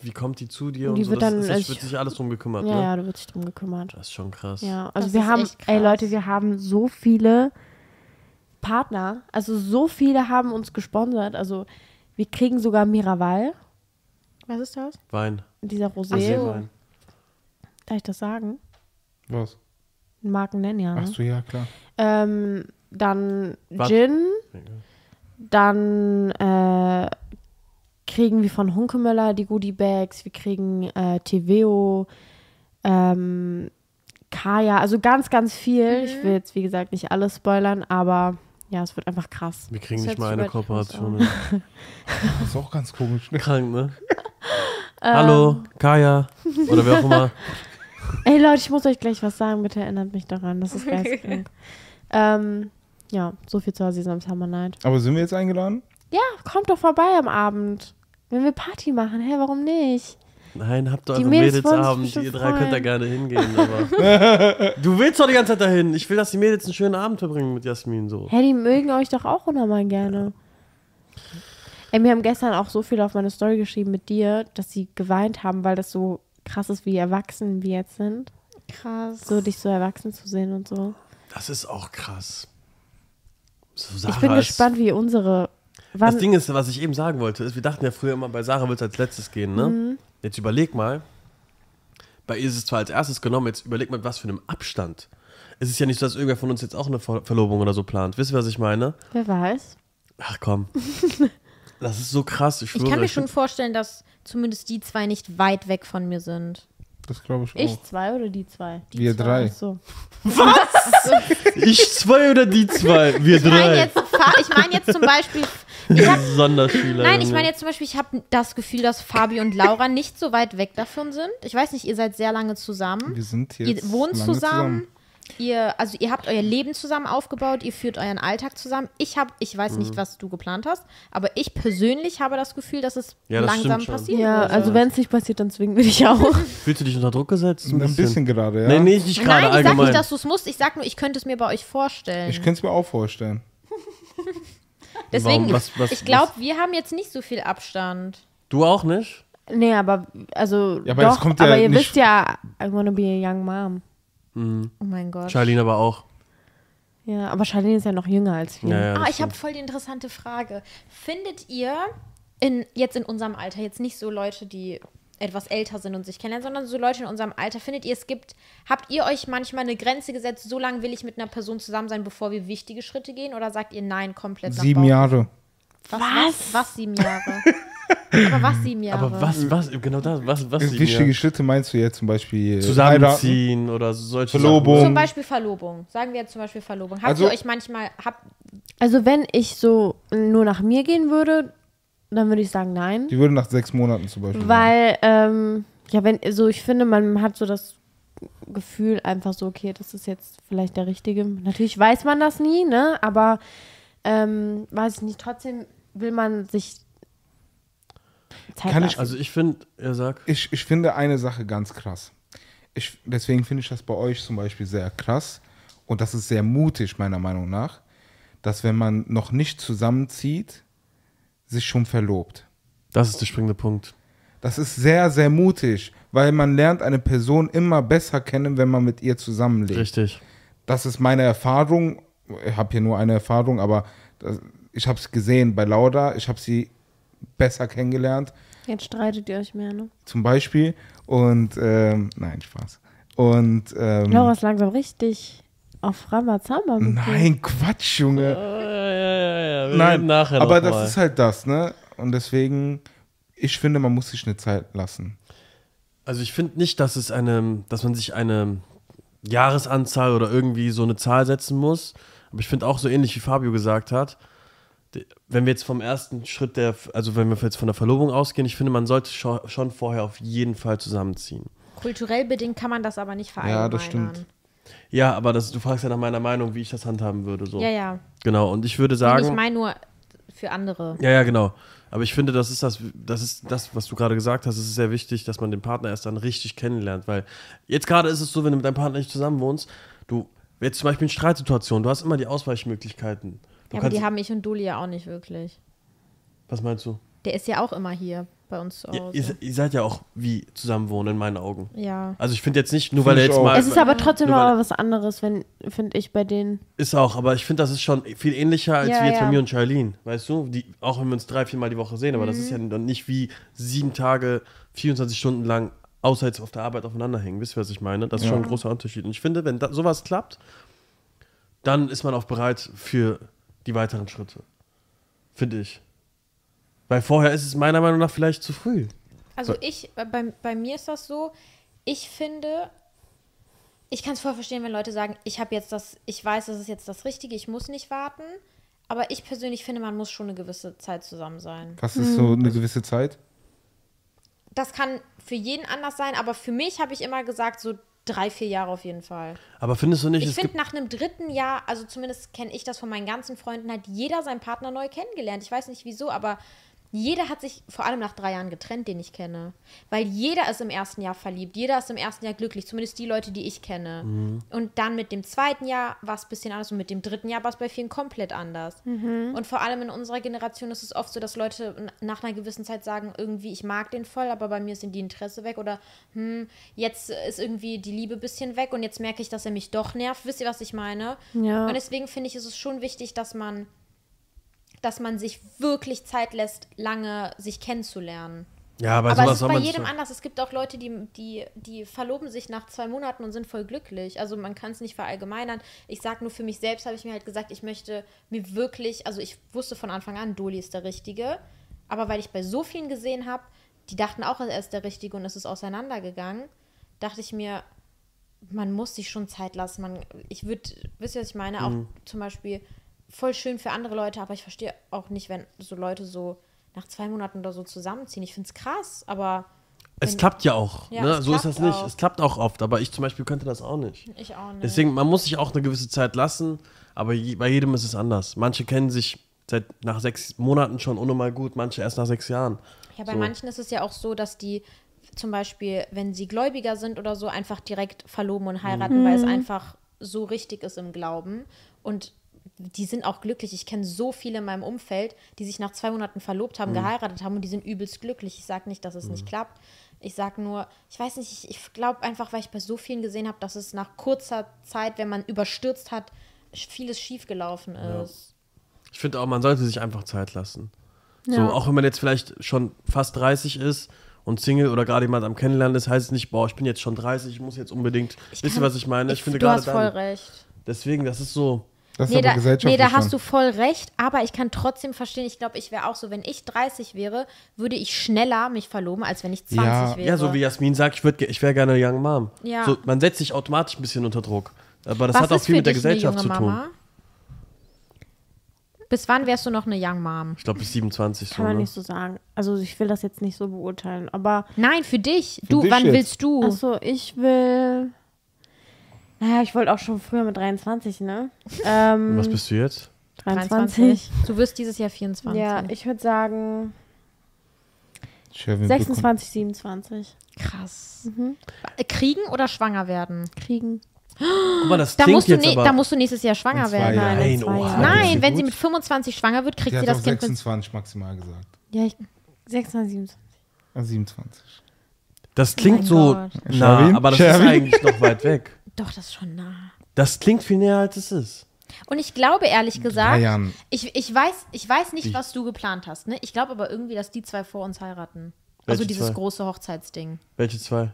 Speaker 4: wie kommt die zu dir?
Speaker 1: Die
Speaker 4: und so?
Speaker 1: wird
Speaker 4: das,
Speaker 1: dann-
Speaker 4: ist,
Speaker 1: ich-
Speaker 4: das wird sich alles drum gekümmert,
Speaker 1: Ja,
Speaker 4: ne?
Speaker 1: ja, da wird sich drum gekümmert.
Speaker 4: Das ist schon krass.
Speaker 1: Ja, also
Speaker 3: Das
Speaker 1: wir
Speaker 3: ist
Speaker 1: haben,
Speaker 3: echt
Speaker 1: ey
Speaker 3: krass.
Speaker 1: Leute, wir haben so viele Partner, also so viele haben uns gesponsert. Also wir kriegen sogar Miraval,
Speaker 3: Was ist das?
Speaker 4: Wein.
Speaker 1: dieser
Speaker 3: Ach
Speaker 1: Rosé.
Speaker 3: so.
Speaker 4: Seewein.
Speaker 1: Darf ich das sagen?
Speaker 2: Was?
Speaker 1: Marken nennen ja.
Speaker 2: Ach
Speaker 1: Ne?
Speaker 2: so, ja, klar.
Speaker 1: ähm, dann
Speaker 4: Was?
Speaker 1: Gin, dann äh, kriegen wir von Hunkemöller die Goodie Bags, wir kriegen äh, TVO, ähm, Kaya, also ganz, ganz viel. Ich will jetzt, wie gesagt, nicht alles spoilern, aber ja, es wird einfach krass.
Speaker 4: Wir kriegen
Speaker 1: Das hört
Speaker 4: nicht mal
Speaker 1: sich
Speaker 4: eine
Speaker 1: übertrieben
Speaker 4: Kooperation.
Speaker 1: an.
Speaker 4: hin.
Speaker 2: Das ist auch ganz komisch. Ne?
Speaker 4: Krank, ne?
Speaker 1: Ähm.
Speaker 4: Hallo, Kaya oder wer auch immer.
Speaker 1: Ey Leute, ich muss euch gleich was sagen, bitte erinnert mich daran, das ist geisteskrank. ähm, ja, so viel zur Sesam Summer Night.
Speaker 2: Aber sind wir jetzt eingeladen?
Speaker 1: Ja, kommt doch vorbei am Abend. Wenn wir Party machen, hä, warum nicht?
Speaker 4: Nein, habt
Speaker 1: Die
Speaker 4: euren
Speaker 1: Mädels wollen sich
Speaker 4: Mädelsabend.
Speaker 1: bestimmt
Speaker 4: Ihr drei könnt da
Speaker 1: freuen.
Speaker 4: gerne hingehen, aber. du willst doch die ganze Zeit dahin. Ich will, dass die Mädels einen schönen Abend verbringen mit Jasmin so.
Speaker 1: Hä, die mögen euch doch auch unnormal gerne. Ey, mir haben gestern auch so viele auf meine Story geschrieben mit dir, dass sie geweint haben, weil das so krass ist, wie erwachsen wir jetzt sind.
Speaker 3: Krass.
Speaker 1: So, dich so erwachsen zu sehen und so.
Speaker 4: Das ist auch krass. So
Speaker 1: Ich bin
Speaker 4: Sarah ist-
Speaker 1: gespannt, wie unsere.
Speaker 4: Das
Speaker 1: Wann,
Speaker 4: Ding ist, was ich eben sagen wollte, ist, wir dachten ja früher immer, bei Sarah wird es als letztes gehen, ne?
Speaker 3: Mhm.
Speaker 4: Jetzt überleg mal, bei ihr ist es zwar als erstes genommen, jetzt überleg mal, was für einem Abstand. Es ist ja nicht so, dass irgendwer von uns jetzt auch eine Ver Verlobung oder so plant. Wisst ihr, was ich meine?
Speaker 1: wer weiß.
Speaker 4: Ach komm. Das ist so krass, ich schwöre.
Speaker 3: Ich kann mir
Speaker 4: ich
Speaker 3: schon vorstellen, dass zumindest die zwei nicht weit weg von mir sind.
Speaker 2: Das glaube ich auch.
Speaker 1: Ich zwei oder die zwei? Die
Speaker 2: Wir
Speaker 1: zwei,
Speaker 2: drei.
Speaker 1: ach So.
Speaker 4: ich zwei oder die zwei? Wir
Speaker 3: Ich meine
Speaker 4: drei.
Speaker 3: jetzt, Fa- ich meine jetzt zum Beispiel,
Speaker 4: Sonderschüler.
Speaker 3: nein, ich
Speaker 4: Junge.
Speaker 3: meine jetzt zum Beispiel, ich habe das Gefühl, dass Fabi und Laura nicht so weit weg davon sind. Ich weiß nicht, ihr seid sehr lange zusammen.
Speaker 2: wir sind
Speaker 3: Ihr
Speaker 2: jetzt
Speaker 3: wohnt
Speaker 2: lange
Speaker 3: zusammen. Ihr, also ihr habt euer Leben zusammen aufgebaut, ihr führt euren Alltag zusammen. Ich habe, ich weiß
Speaker 4: Mhm.
Speaker 3: nicht, was du geplant hast, aber ich persönlich habe das Gefühl, dass es
Speaker 4: Ja, das stimmt
Speaker 3: langsam
Speaker 4: schon.
Speaker 3: passiert.
Speaker 1: Ja, also wenn es nicht passiert, dann zwingen wir dich auch.
Speaker 4: Fühlst du dich unter Druck gesetzt?
Speaker 2: Ein bisschen, gerade, ja.
Speaker 4: Nein, nee, nicht gerade
Speaker 3: Nein, ich sag
Speaker 4: allgemein.
Speaker 3: nicht, dass du es musst, ich sag nur, ich könnte es mir bei euch vorstellen.
Speaker 2: Ich könnte es mir auch vorstellen.
Speaker 3: Deswegen,
Speaker 4: Warum? Was- was-
Speaker 3: ich glaube, wir haben jetzt nicht so viel Abstand.
Speaker 4: du auch nicht?
Speaker 1: Nee, aber also
Speaker 2: Ja, aber
Speaker 1: doch,
Speaker 2: das kommt ja
Speaker 1: aber ihr
Speaker 2: nicht-
Speaker 1: wisst ja, I wanna be a young mom.
Speaker 3: Oh mein Gott.
Speaker 4: Charlene aber auch.
Speaker 1: Ja, aber Charlene ist ja noch jünger als wir.
Speaker 4: Ja, ja,
Speaker 3: Ah,
Speaker 4: das
Speaker 3: ich
Speaker 4: stimmt.
Speaker 3: habe voll die interessante Frage. Findet ihr in, jetzt in unserem Alter, jetzt nicht so Leute, die etwas älter sind und sich kennenlernen, sondern so Leute in unserem Alter, findet ihr, es gibt, habt ihr euch manchmal eine Grenze gesetzt, so lange will ich mit einer Person zusammen sein, bevor wir wichtige Schritte gehen? Oder sagt ihr nein, komplett nach
Speaker 2: Sieben
Speaker 3: Bauch?
Speaker 2: Jahre.
Speaker 3: Was?
Speaker 1: Was?
Speaker 3: Was, was sieben Jahre? Aber was sieben Jahre?
Speaker 4: Aber was, was, genau das, was, was? sie mir-
Speaker 2: Wichtige Schritte meinst du jetzt zum Beispiel? äh, heiraten?
Speaker 4: zusammenziehen oder solche
Speaker 2: Verlobung.
Speaker 4: Sachen.
Speaker 3: Zum Beispiel Verlobung. Sagen wir jetzt zum Beispiel Verlobung. Habt
Speaker 2: Also-
Speaker 3: ihr euch manchmal, habt,
Speaker 1: Also wenn ich so nur nach mir gehen würde, dann würde ich sagen nein.
Speaker 2: Die würde nach sechs Monaten zum Beispiel.
Speaker 1: Weil, ähm, ja, wenn, so ich finde, man hat so das Gefühl einfach so, okay, das ist jetzt vielleicht der Richtige. Natürlich weiß man das nie, ne? Aber ähm, weiß ich nicht, trotzdem will man sich Zeit
Speaker 2: Kann
Speaker 1: lassen.
Speaker 2: ich-
Speaker 4: Also ich finde, er sagt,
Speaker 2: ich, ich finde eine Sache ganz krass. Ich, deswegen finde ich das bei euch zum Beispiel sehr krass. Und das ist sehr mutig, meiner Meinung nach, dass wenn man noch nicht zusammenzieht, sich schon verlobt.
Speaker 4: das ist der springende Punkt.
Speaker 2: Das ist sehr, sehr mutig, weil man lernt eine Person immer besser kennen, wenn man mit ihr zusammenlebt.
Speaker 4: Richtig.
Speaker 2: das ist meine Erfahrung. Ich habe hier nur eine Erfahrung, aber das, ich habe es gesehen bei Laura. Ich habe sie besser kennengelernt,
Speaker 1: Jetzt streitet ihr euch mehr, ne?
Speaker 2: zum Beispiel. Und ähm, nein, Spaß. Und ähm,
Speaker 1: Laura ist langsam richtig auf Ramazamba. mit dir.
Speaker 2: nein, Quatsch,
Speaker 3: Äh,
Speaker 2: Junge.
Speaker 4: Ja, ja, ja, wir
Speaker 2: nein,
Speaker 4: reden nachher
Speaker 2: aber
Speaker 4: noch
Speaker 2: das
Speaker 4: mal.
Speaker 2: ist halt das, ne? Und deswegen, ich finde, man muss sich eine Zeit lassen.
Speaker 4: Also ich finde nicht, dass es eine, dass man sich eine Jahresanzahl oder irgendwie so eine Zahl setzen muss. Aber ich finde auch so ähnlich wie Fabio gesagt hat, de- wenn wir jetzt vom ersten Schritt der, also wenn wir jetzt von der Verlobung ausgehen, ich finde, man sollte scho- schon vorher auf jeden Fall zusammenziehen.
Speaker 3: kulturell bedingt kann man das aber nicht verallgemeinern.
Speaker 2: Ja, das stimmt.
Speaker 4: Ja, aber das, du fragst ja nach meiner Meinung, wie ich das handhaben würde. So.
Speaker 3: Ja, ja.
Speaker 4: Genau. Und ich würde
Speaker 3: Sagen,
Speaker 4: sagen.
Speaker 3: ich meine nur für andere.
Speaker 4: Ja, ja, genau. Aber ich finde, das ist das, das ist das, was du gerade gesagt hast. Es ist sehr wichtig, dass man den Partner erst dann richtig kennenlernt, weil jetzt gerade ist es so, wenn du mit deinem Partner nicht zusammen wohnst, du jetzt zum Beispiel in Streitsituationen, du hast immer die Ausweichmöglichkeiten. Du
Speaker 3: Ja, aber
Speaker 4: kannst,
Speaker 3: die haben ich und Duli ja auch nicht wirklich.
Speaker 4: was meinst du?
Speaker 3: Der ist ja auch immer hier bei uns zu
Speaker 4: Ihr,
Speaker 3: Hause.
Speaker 4: ihr, se- ihr seid ja auch wie zusammen wohnen in meinen Augen.
Speaker 3: Oh, ja.
Speaker 4: Also ich finde jetzt nicht, nur weil
Speaker 2: Find
Speaker 4: er
Speaker 2: ich
Speaker 4: jetzt
Speaker 2: auch.
Speaker 4: mal
Speaker 1: Es ist aber trotzdem
Speaker 4: Nur weil-
Speaker 1: noch mal was anderes, wenn finde ich bei denen.
Speaker 4: Ist auch, aber ich finde, das ist schon viel ähnlicher als
Speaker 1: Ja,
Speaker 4: wie jetzt
Speaker 1: ja.
Speaker 4: bei mir und Charlene. Weißt du, die, auch wenn wir uns drei, viermal die Woche sehen, aber das ist ja
Speaker 3: Mhm.
Speaker 4: dann nicht wie sieben Tage, 24 Stunden lang, außer jetzt auf der Arbeit aufeinander hängen. Wisst ihr, was ich meine? Das ist schon ein großer Unterschied. Und ich finde, wenn da, sowas klappt, dann ist man auch bereit für die weiteren Schritte. Finde ich. Weil vorher ist es meiner Meinung nach vielleicht zu früh.
Speaker 3: Also ich, äh, bei, bei mir ist das so, ich finde, ich kann es voll verstehen, wenn Leute sagen, ich habe jetzt das, ich weiß, das ist jetzt das Richtige, ich muss nicht warten. Aber ich persönlich finde, man muss schon eine gewisse Zeit zusammen sein.
Speaker 2: Was ist
Speaker 3: Hm.
Speaker 2: so eine gewisse Zeit?
Speaker 3: Das kann für jeden anders sein, aber für mich habe ich immer gesagt, so drei, vier Jahre auf jeden Fall.
Speaker 4: Aber findest du nicht,
Speaker 3: Ich
Speaker 4: es gibt
Speaker 3: finde, nach einem dritten Jahr, also zumindest kenne ich das von meinen ganzen Freunden, hat jeder seinen Partner neu kennengelernt. Ich weiß nicht wieso, aber jeder hat sich vor allem nach drei Jahren getrennt, den ich kenne. Weil jeder ist im ersten Jahr verliebt, jeder ist im ersten Jahr glücklich, zumindest die Leute, die ich kenne.
Speaker 4: Mhm.
Speaker 3: Und dann mit dem zweiten Jahr war es ein bisschen anders und mit dem dritten Jahr war es bei vielen komplett anders. Und vor allem in unserer Generation ist es oft so, dass Leute n- nach einer gewissen Zeit sagen, irgendwie, ich mag den voll, aber bei mir sind die Interesse weg oder hm, jetzt ist irgendwie die Liebe ein bisschen weg und jetzt merke ich, dass er mich doch nervt. Wisst ihr, was ich meine?
Speaker 1: Ja.
Speaker 3: Und deswegen finde ich, ist es schon wichtig, dass man, dass man sich wirklich Zeit lässt, lange sich kennenzulernen.
Speaker 4: Ja, aber,
Speaker 3: Aber
Speaker 4: sowas
Speaker 3: es ist
Speaker 4: soll
Speaker 3: bei
Speaker 4: man
Speaker 3: jedem
Speaker 4: nicht-
Speaker 3: anders. Es gibt auch Leute, die, die, die verloben sich nach zwei Monaten und sind voll glücklich. Also man kann es nicht verallgemeinern. Ich sag nur für mich selbst, habe ich mir halt gesagt, ich möchte mir wirklich, also ich wusste von Anfang an, Doli ist der Richtige. Aber weil ich bei so vielen gesehen habe, die dachten auch, er ist der Richtige und es ist auseinandergegangen, dachte ich mir, man muss sich schon Zeit lassen. Man, ich würde, wisst ihr, was ich meine? Auch zum Beispiel voll schön für andere Leute, aber ich verstehe auch nicht, wenn so Leute so nach zwei Monaten oder so zusammenziehen. Ich finde es krass, aber
Speaker 4: Es klappt ja auch.
Speaker 3: Ja,
Speaker 4: ne?
Speaker 3: es
Speaker 4: So ist
Speaker 3: klappt
Speaker 4: das nicht.
Speaker 3: auch.
Speaker 4: Es klappt auch oft, aber ich zum Beispiel könnte das auch nicht.
Speaker 3: ich auch nicht.
Speaker 4: Deswegen, man muss sich auch eine gewisse Zeit lassen, aber je, bei jedem ist es anders. Manche kennen sich seit nach sechs Monaten schon unnormal gut, manche erst nach sechs Jahren.
Speaker 3: ja, bei
Speaker 4: so.
Speaker 3: manchen ist es ja auch so, dass die zum Beispiel, wenn sie gläubiger sind oder so, einfach direkt verloben und heiraten, weil es einfach so richtig ist im Glauben. Und die sind auch glücklich. Ich kenne so viele in meinem Umfeld, die sich nach zwei Monaten verlobt
Speaker 4: Mhm.
Speaker 3: haben, geheiratet haben und die sind übelst glücklich. Ich sage nicht, dass es nicht klappt. Ich sage nur, ich weiß nicht, ich, ich glaube einfach, weil ich bei so vielen gesehen habe, dass es nach kurzer Zeit, wenn man überstürzt hat, sch- vieles schiefgelaufen ist.
Speaker 4: Ich finde auch, man sollte sich einfach Zeit lassen.
Speaker 1: Ja.
Speaker 4: So, auch wenn man jetzt vielleicht schon fast 30 ist und Single oder gerade jemand am Kennenlernen ist, heißt es nicht, boah, ich bin jetzt schon 30, ich muss jetzt unbedingt. Wisst ihr, was ich meine? Ich, finde
Speaker 3: du
Speaker 4: gerade
Speaker 3: hast voll
Speaker 4: dann.
Speaker 3: recht.
Speaker 4: Deswegen, das ist so.
Speaker 2: Das ist
Speaker 3: Nee,
Speaker 2: aber
Speaker 3: da, nee,
Speaker 2: gesellschaftlich
Speaker 3: da hast
Speaker 2: schon.
Speaker 3: du voll recht, aber ich kann trotzdem verstehen, ich glaube, ich wäre auch so, wenn ich 30 wäre, würde ich schneller mich verloben, als wenn ich 20
Speaker 2: Ja.
Speaker 3: wäre.
Speaker 4: Ja, so wie Jasmin sagt, ich, würd ge- ich wäre gerne Young Mom.
Speaker 3: Ja.
Speaker 4: So, man setzt sich automatisch ein bisschen unter Druck. Aber das
Speaker 3: Was
Speaker 4: hat auch
Speaker 3: ist
Speaker 4: viel
Speaker 3: für
Speaker 4: mit der
Speaker 3: dich eine
Speaker 4: Gesellschaft zu
Speaker 3: junge
Speaker 4: tun.
Speaker 3: Mama? Bis wann wärst du noch eine Young Mom?
Speaker 4: Ich glaube, bis 27 so.
Speaker 1: Kann man
Speaker 4: Ne?
Speaker 1: nicht so sagen. Also ich will das jetzt nicht so beurteilen, aber
Speaker 3: Nein, für dich. du,
Speaker 2: dich
Speaker 3: wann
Speaker 2: jetzt.
Speaker 3: willst du?
Speaker 1: achso, ich will. Naja, ich wollte auch schon früher mit 23, ne? Ähm,
Speaker 4: Was bist du jetzt?
Speaker 1: 23.
Speaker 3: Du wirst dieses Jahr 24.
Speaker 1: Ja, ich würde sagen
Speaker 2: Ich hab ihn bekommen.
Speaker 1: 26, 27.
Speaker 3: krass.
Speaker 1: Mhm.
Speaker 3: Äh, Kriegen oder schwanger werden?
Speaker 1: Kriegen.
Speaker 4: Guck mal, das
Speaker 3: Da
Speaker 4: klingt
Speaker 3: musst, du
Speaker 4: jetzt
Speaker 3: ne
Speaker 4: aber. Ah,
Speaker 3: da musst du nächstes Jahr schwanger
Speaker 2: zwei
Speaker 3: werden.
Speaker 2: Jahren.
Speaker 1: Nein, in
Speaker 4: Nein,
Speaker 1: zwei
Speaker 4: oha.
Speaker 1: Jahren.
Speaker 2: Ist
Speaker 3: Nein,
Speaker 2: sie
Speaker 3: wenn sie
Speaker 2: gut?
Speaker 3: mit 25 schwanger wird,
Speaker 2: Sie
Speaker 3: kriegt sie
Speaker 2: hat
Speaker 3: das
Speaker 2: auf
Speaker 3: Kind mit
Speaker 2: 26 maximal gesagt.
Speaker 1: Ja, ich, 26, 27.
Speaker 2: Ah, 27.
Speaker 4: das klingt
Speaker 3: Oh mein
Speaker 4: so
Speaker 3: Gott.
Speaker 4: nah,
Speaker 2: Sherwin?
Speaker 4: aber das
Speaker 2: Sherwin?
Speaker 4: ist eigentlich noch weit weg.
Speaker 3: Doch, das ist schon nah.
Speaker 4: Das klingt viel näher, als es ist.
Speaker 3: Und ich glaube ehrlich gesagt,
Speaker 2: Jahren.
Speaker 3: ich, ich, weiß, ich weiß nicht,
Speaker 4: Die-
Speaker 3: was du geplant hast. Ne? Ich glaube aber irgendwie, dass die zwei vor uns heiraten.
Speaker 4: Welche
Speaker 3: also dieses
Speaker 4: zwei?
Speaker 3: große Hochzeitsding.
Speaker 4: Welche zwei?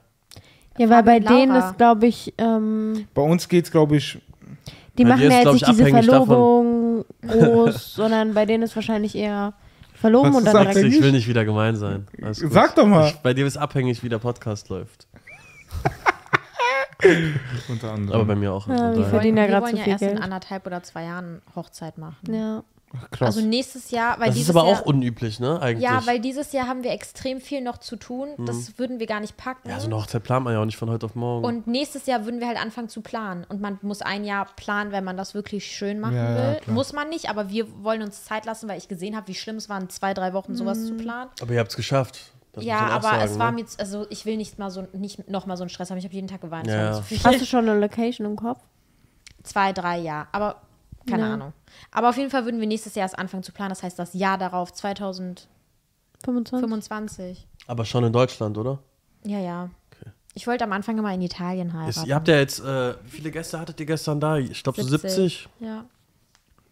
Speaker 1: Ja, weil bei
Speaker 3: Fabi und
Speaker 1: denen
Speaker 3: Laura.
Speaker 1: ist, glaube ich, ähm,
Speaker 2: Bei uns geht es, glaube ich,
Speaker 1: die
Speaker 4: Ja, die
Speaker 1: machen
Speaker 4: ist,
Speaker 1: ja jetzt
Speaker 4: glaub
Speaker 1: nicht
Speaker 4: ich,
Speaker 1: diese
Speaker 4: abhängig davon.
Speaker 1: Verlobung groß, sondern bei denen ist wahrscheinlich eher verloben
Speaker 2: Was
Speaker 1: und
Speaker 2: ist
Speaker 1: dann
Speaker 2: das
Speaker 1: direkt.
Speaker 2: Denk
Speaker 4: ich will
Speaker 2: nicht.
Speaker 4: nicht wieder gemein sein. Alles gut.
Speaker 2: Sag doch mal.
Speaker 4: Ich, bei dir ist abhängig, wie der Podcast läuft.
Speaker 2: unter
Speaker 4: Aber
Speaker 2: anderem.
Speaker 4: bei mir auch.
Speaker 1: Ja,
Speaker 4: Also
Speaker 1: wie
Speaker 4: daher-
Speaker 1: verdienen ja
Speaker 3: wir
Speaker 1: gerade
Speaker 3: wollen
Speaker 1: zu
Speaker 3: ja
Speaker 1: viel
Speaker 3: erst in
Speaker 1: Geld.
Speaker 3: anderthalb oder zwei Jahren Hochzeit machen.
Speaker 1: Ja.
Speaker 2: Ach, krass.
Speaker 3: Also nächstes Jahr,
Speaker 4: das
Speaker 3: weil
Speaker 4: ist
Speaker 3: dieses
Speaker 4: aber
Speaker 3: Jahr,
Speaker 4: auch unüblich, ne? Eigentlich.
Speaker 3: ja, weil dieses Jahr haben wir extrem viel noch zu tun. Das würden wir gar nicht packen.
Speaker 4: Mhm. ja, so eine Hochzeit plant man ja auch nicht von heute auf morgen.
Speaker 3: und nächstes Jahr würden wir halt anfangen zu planen. Und man muss ein Jahr planen, wenn man das wirklich schön machen
Speaker 2: Ja, ja,
Speaker 3: will.
Speaker 2: klar.
Speaker 3: muss man nicht, aber wir wollen uns Zeit lassen, weil ich gesehen habe, wie schlimm es war, in zwei, drei Wochen sowas
Speaker 1: Mhm.
Speaker 3: zu planen.
Speaker 4: aber ihr habt es geschafft. Das
Speaker 3: Ja,
Speaker 4: muss man auch
Speaker 3: aber
Speaker 4: sagen,
Speaker 3: es war
Speaker 4: ne?
Speaker 3: mir, z- also ich will nicht mal so, nicht noch mal so einen Stress haben. Ich habe jeden Tag geweint.
Speaker 4: Ja,
Speaker 3: Ja.
Speaker 4: ja.
Speaker 3: War nicht so
Speaker 1: Hast
Speaker 3: viel.
Speaker 1: du schon eine Location im Kopf?
Speaker 3: Zwei, drei Jahre, aber keine
Speaker 1: Ja.
Speaker 3: Ahnung. Aber auf jeden Fall würden wir nächstes Jahr erst anfangen zu planen. Das heißt, das Jahr darauf, 2025.
Speaker 1: 25?
Speaker 4: aber schon in Deutschland, oder?
Speaker 3: Ja, ja. Ich wollte am Anfang immer in Italien heiraten.
Speaker 4: Ist, ihr habt ja jetzt, äh, wie viele Gäste hattet ihr gestern da? Ich glaube so 70.
Speaker 3: Ja.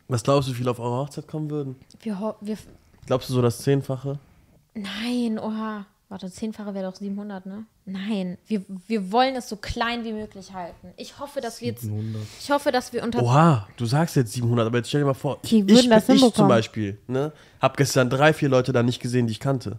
Speaker 4: Was glaubst du, wie viele auf eure Hochzeit kommen würden?
Speaker 3: Wir, ho- wir,
Speaker 4: Glaubst du so das Zehnfache?
Speaker 3: nein, oha. Warte, zehnfache wäre doch 700, ne? Nein, wir, wir wollen es so klein wie möglich halten. Ich hoffe, dass wir jetzt,
Speaker 2: 700.
Speaker 3: ich hoffe, dass wir unter
Speaker 4: Oha, du sagst jetzt 700, aber jetzt stell dir mal vor,
Speaker 1: Die würden
Speaker 4: ich,
Speaker 1: das
Speaker 4: ich zum
Speaker 1: hinbekommen.
Speaker 4: Beispiel, ne, hab gestern drei, vier Leute da nicht gesehen, die ich kannte.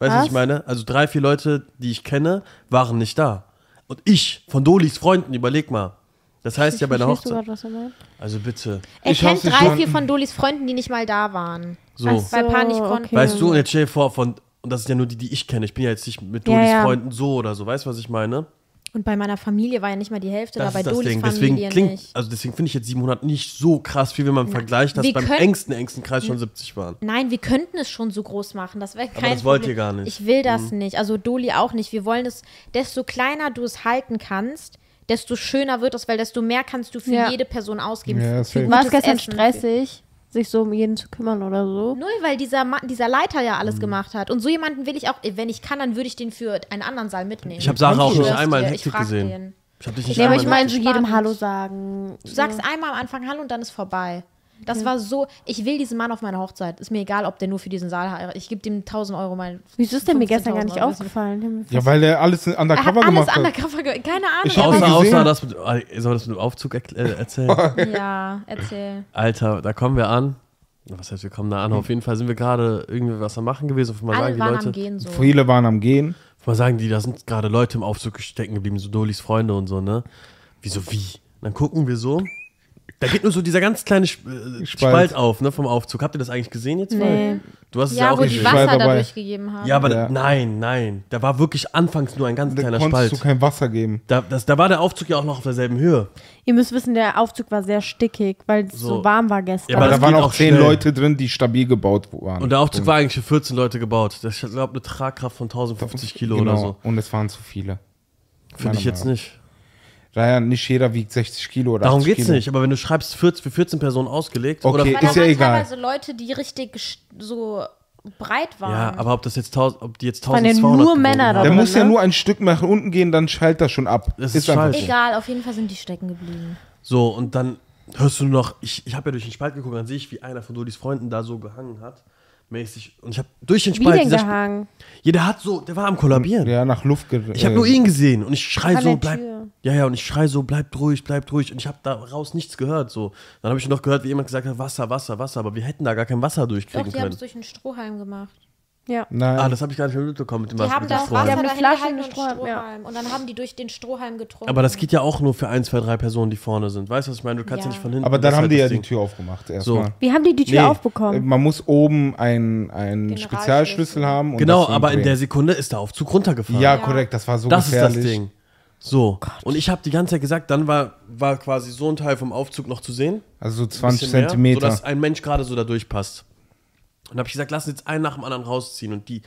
Speaker 4: Weißt du, was
Speaker 1: Was?
Speaker 4: ich meine? Also drei, vier Leute, die ich kenne, waren nicht da. Und ich, von Dolis Freunden, überleg mal. Das heißt ja bei der
Speaker 1: Verstehst du
Speaker 4: Hochzeit.
Speaker 1: grad, was er meint?
Speaker 4: Also bitte.
Speaker 3: Er
Speaker 2: Ich
Speaker 3: kennt
Speaker 2: hab's
Speaker 3: drei, vier
Speaker 2: verstanden.
Speaker 3: von Dolis Freunden, die nicht mal da waren.
Speaker 4: So.
Speaker 1: Ach so,
Speaker 3: Weil Paar nicht konnten.
Speaker 1: okay.
Speaker 4: Oh. Weißt du, und jetzt stell dir vor, von, und das sind ja nur die, die ich kenne. Ich bin ja jetzt nicht mit
Speaker 1: Ja,
Speaker 4: Dolis
Speaker 1: ja.
Speaker 4: Freunden so oder so. Weißt du, was ich meine?
Speaker 3: Und bei meiner Familie war ja nicht mal die Hälfte
Speaker 4: Das
Speaker 3: da, bei
Speaker 4: ist das
Speaker 3: Dolis
Speaker 4: Ding.
Speaker 3: Familie
Speaker 4: Deswegen klingt,
Speaker 3: nicht.
Speaker 4: also deswegen finde ich jetzt 700 nicht so krass viel, wenn man vergleicht, dass
Speaker 3: Wir
Speaker 4: beim
Speaker 3: können-
Speaker 4: engsten, engsten Kreis schon 70 waren.
Speaker 3: Nein, wir könnten es schon so groß machen. Das wäre kein
Speaker 4: das wollt ihr
Speaker 3: Problem.
Speaker 4: gar nicht. Mhm.
Speaker 3: Ich will das nicht. Also Doli auch nicht. Wir wollen es, desto kleiner du es halten kannst, desto schöner wird es, weil desto mehr kannst du für
Speaker 1: Ja.
Speaker 3: jede Person ausgeben.
Speaker 2: Ja,
Speaker 3: Für
Speaker 2: safe.
Speaker 1: War es
Speaker 3: gutes
Speaker 1: gestern
Speaker 3: Essen,
Speaker 1: stressig, sich so um jeden zu kümmern oder so?
Speaker 3: Null, weil dieser, Ma dieser Leiter ja
Speaker 4: Mhm.
Speaker 3: alles gemacht hat. Und so jemanden will ich auch, wenn ich kann, dann würde ich den für einen anderen Saal mitnehmen.
Speaker 4: Ich habe Sarah auch
Speaker 3: Ich
Speaker 4: nicht
Speaker 3: schwör's
Speaker 4: einmal in
Speaker 3: dir, ich
Speaker 4: Hektik
Speaker 3: frag
Speaker 4: gesehen.
Speaker 3: den.
Speaker 4: Ich habe dich nicht
Speaker 1: Nee, aber
Speaker 4: einmal
Speaker 1: ich
Speaker 4: in
Speaker 1: meine,
Speaker 4: Hektik-
Speaker 1: so jedem Hallo sagen.
Speaker 3: Du sagst einmal am Anfang Hallo und dann ist vorbei. Das war so, ich will diesen Mann auf meiner Hochzeit. Ist mir egal, ob der nur für diesen Saal heiratet. Ich gebe dem 1000 Euro mein.
Speaker 1: Wieso ist denn mir gestern gar
Speaker 3: 15.000
Speaker 1: nicht
Speaker 3: Euro.
Speaker 1: aufgefallen?
Speaker 2: Ja, weil er alles
Speaker 3: Er hat
Speaker 2: undercover
Speaker 3: alles
Speaker 2: gemacht hat.
Speaker 3: undercover ge Keine Ahnung.
Speaker 2: Ich
Speaker 3: aber-
Speaker 2: hab
Speaker 4: Außer,
Speaker 2: mal gesehen.
Speaker 4: außer das mit, äh, soll das mit dem Aufzug erkl- äh, erzählen?
Speaker 3: Ja, erzähl.
Speaker 4: Alter, da kommen wir an. Was heißt, wir kommen da an? Auf jeden Fall sind wir gerade irgendwie was am Machen gewesen. Auf einmal
Speaker 3: Alle
Speaker 4: sagen die
Speaker 3: waren
Speaker 4: Leute,
Speaker 3: am Gehen so.
Speaker 2: Viele waren am Gehen.
Speaker 4: auf einmal sagen die, da sind gerade Leute im Aufzug stecken geblieben, so Dolis Freunde und so, ne? Wieso wie? Und dann gucken wir so. Da geht nur so dieser ganz kleine Sp
Speaker 2: Spalt.
Speaker 4: äh, Spalt auf, ne, vom Aufzug. Habt ihr das eigentlich gesehen jetzt?
Speaker 1: Nee.
Speaker 4: Du hast es ja,
Speaker 3: Ja,
Speaker 4: auch
Speaker 3: wo
Speaker 2: ich
Speaker 3: die
Speaker 4: gesehen.
Speaker 2: war-
Speaker 3: Wasser
Speaker 2: dabei.
Speaker 3: dadurch gegeben haben.
Speaker 4: Ja, aber
Speaker 2: Ja.
Speaker 4: nein, nein. Da war wirklich anfangs nur ein ganz
Speaker 2: Da
Speaker 4: kleiner
Speaker 2: konntest
Speaker 4: Spalt.
Speaker 2: du kein Wasser geben.
Speaker 4: Da, das, da war der Aufzug ja auch noch auf derselben Höhe.
Speaker 1: Ihr müsst wissen, der Aufzug war sehr stickig, weil es so,
Speaker 4: So.
Speaker 1: warm war gestern.
Speaker 4: aber
Speaker 2: Aber da
Speaker 4: das
Speaker 2: waren
Speaker 4: geht
Speaker 2: auch
Speaker 4: auch
Speaker 2: zehn
Speaker 4: schnell.
Speaker 2: Leute drin, die stabil gebaut waren.
Speaker 4: Und der Aufzug war eigentlich für 14 Leute gebaut. Das ist, glaube eine Tragkraft von 1050 Kilo
Speaker 2: genau.
Speaker 4: oder so.
Speaker 2: Und es waren zu viele.
Speaker 4: Finde ich jetzt
Speaker 2: Meinung
Speaker 4: nicht.
Speaker 2: Daher nicht jeder wiegt 60 Kilo oder
Speaker 4: Darum
Speaker 2: 80
Speaker 4: geht's
Speaker 2: Kilo.
Speaker 4: nicht. Aber wenn du schreibst 14, für 14 Personen ausgelegt
Speaker 2: Okay.
Speaker 4: oder
Speaker 3: Weil da
Speaker 2: Ist ja
Speaker 3: waren
Speaker 2: egal.
Speaker 3: teilweise Leute, die richtig gest- so breit waren.
Speaker 4: ja, aber ob das jetzt 1000, ob die jetzt
Speaker 1: waren ja
Speaker 4: 1200
Speaker 1: nur
Speaker 4: gewogen
Speaker 1: Männer
Speaker 4: haben.
Speaker 2: Der
Speaker 1: Aber,
Speaker 2: muss ja
Speaker 1: ne?
Speaker 2: nur ein Stück nach unten gehen, dann schallt er schon ab.
Speaker 4: Das ist
Speaker 2: einfach
Speaker 4: falsch.
Speaker 2: so.
Speaker 3: Egal, auf jeden Fall sind die stecken geblieben.
Speaker 4: So und dann hörst du nur noch. Ich, ich habe ja durch den Spalt geguckt, dann sehe ich, wie einer von Dodis Freunden da so gehangen hat, mäßig. Und ich habe durch den
Speaker 1: Wie
Speaker 4: Spalt.
Speaker 1: denn
Speaker 4: dieser Sp-
Speaker 1: gehangen?
Speaker 4: Ja, der hat so, der war am kollabieren.
Speaker 2: Ja, nach Luft ge-
Speaker 4: Ich habe
Speaker 2: äh,
Speaker 4: nur ihn gesehen und ich schrei
Speaker 1: An
Speaker 4: so,
Speaker 1: der
Speaker 4: bleib.
Speaker 1: Tür.
Speaker 4: Ja, ja, und ich schrei so, bleibt ruhig, bleibt ruhig. Und ich habe daraus nichts gehört. So. Dann habe ich noch gehört, wie jemand gesagt hat, Wasser, Wasser, Wasser, aber wir hätten da gar kein Wasser
Speaker 3: Doch,
Speaker 4: durchkriegen
Speaker 3: die haben
Speaker 4: können.
Speaker 3: es durch einen Strohhalm gemacht.
Speaker 1: Ja.
Speaker 2: Nein.
Speaker 4: Ah, das habe ich gar nicht mehr mitbekommen mit dem
Speaker 3: Die
Speaker 4: Wasser.
Speaker 3: haben
Speaker 4: Mit dem
Speaker 3: da auch
Speaker 4: Strohhalm.
Speaker 3: Wasser
Speaker 1: haben eine
Speaker 3: dahin
Speaker 1: Flasche
Speaker 3: gehalten und
Speaker 1: und Strohhalm, ja.
Speaker 3: Strohhalm. Und dann haben die durch den Strohhalm getrunken.
Speaker 4: aber das geht ja auch nur für ein, zwei, drei Personen, die vorne sind. Weißt du, was ich meine? Du kannst ja,
Speaker 3: Ja.
Speaker 4: nicht von hinten.
Speaker 2: Aber
Speaker 4: das
Speaker 2: dann
Speaker 4: ist
Speaker 2: haben
Speaker 4: halt
Speaker 2: die
Speaker 4: das
Speaker 2: ja
Speaker 4: Ding.
Speaker 2: die Tür aufgemacht
Speaker 4: So.
Speaker 2: erstmal.
Speaker 1: Wie haben die die Tür
Speaker 4: Nee.
Speaker 2: Äh,
Speaker 1: aufbekommen?
Speaker 2: Man muss oben einen, einen
Speaker 3: Generalschlüssel.
Speaker 2: Spezialschlüssel haben. Und
Speaker 4: Genau,
Speaker 2: um das
Speaker 4: aber in der
Speaker 2: umdrehen.
Speaker 4: Sekunde ist der Aufzug runtergefahren.
Speaker 2: Ja,
Speaker 3: Ja.
Speaker 2: korrekt, das war so
Speaker 4: Das ist das
Speaker 2: gefährlich. Oh
Speaker 4: Ding. So. Und ich habe die ganze Zeit gesagt, dann war, war quasi so ein Teil vom Aufzug noch zu sehen.
Speaker 2: Also so 20
Speaker 4: bisschen mehr,
Speaker 2: Zentimeter.
Speaker 4: Sodass ein Mensch gerade so da durchpasst. Und habe ich gesagt, lass uns jetzt einen nach dem anderen rausziehen. Und die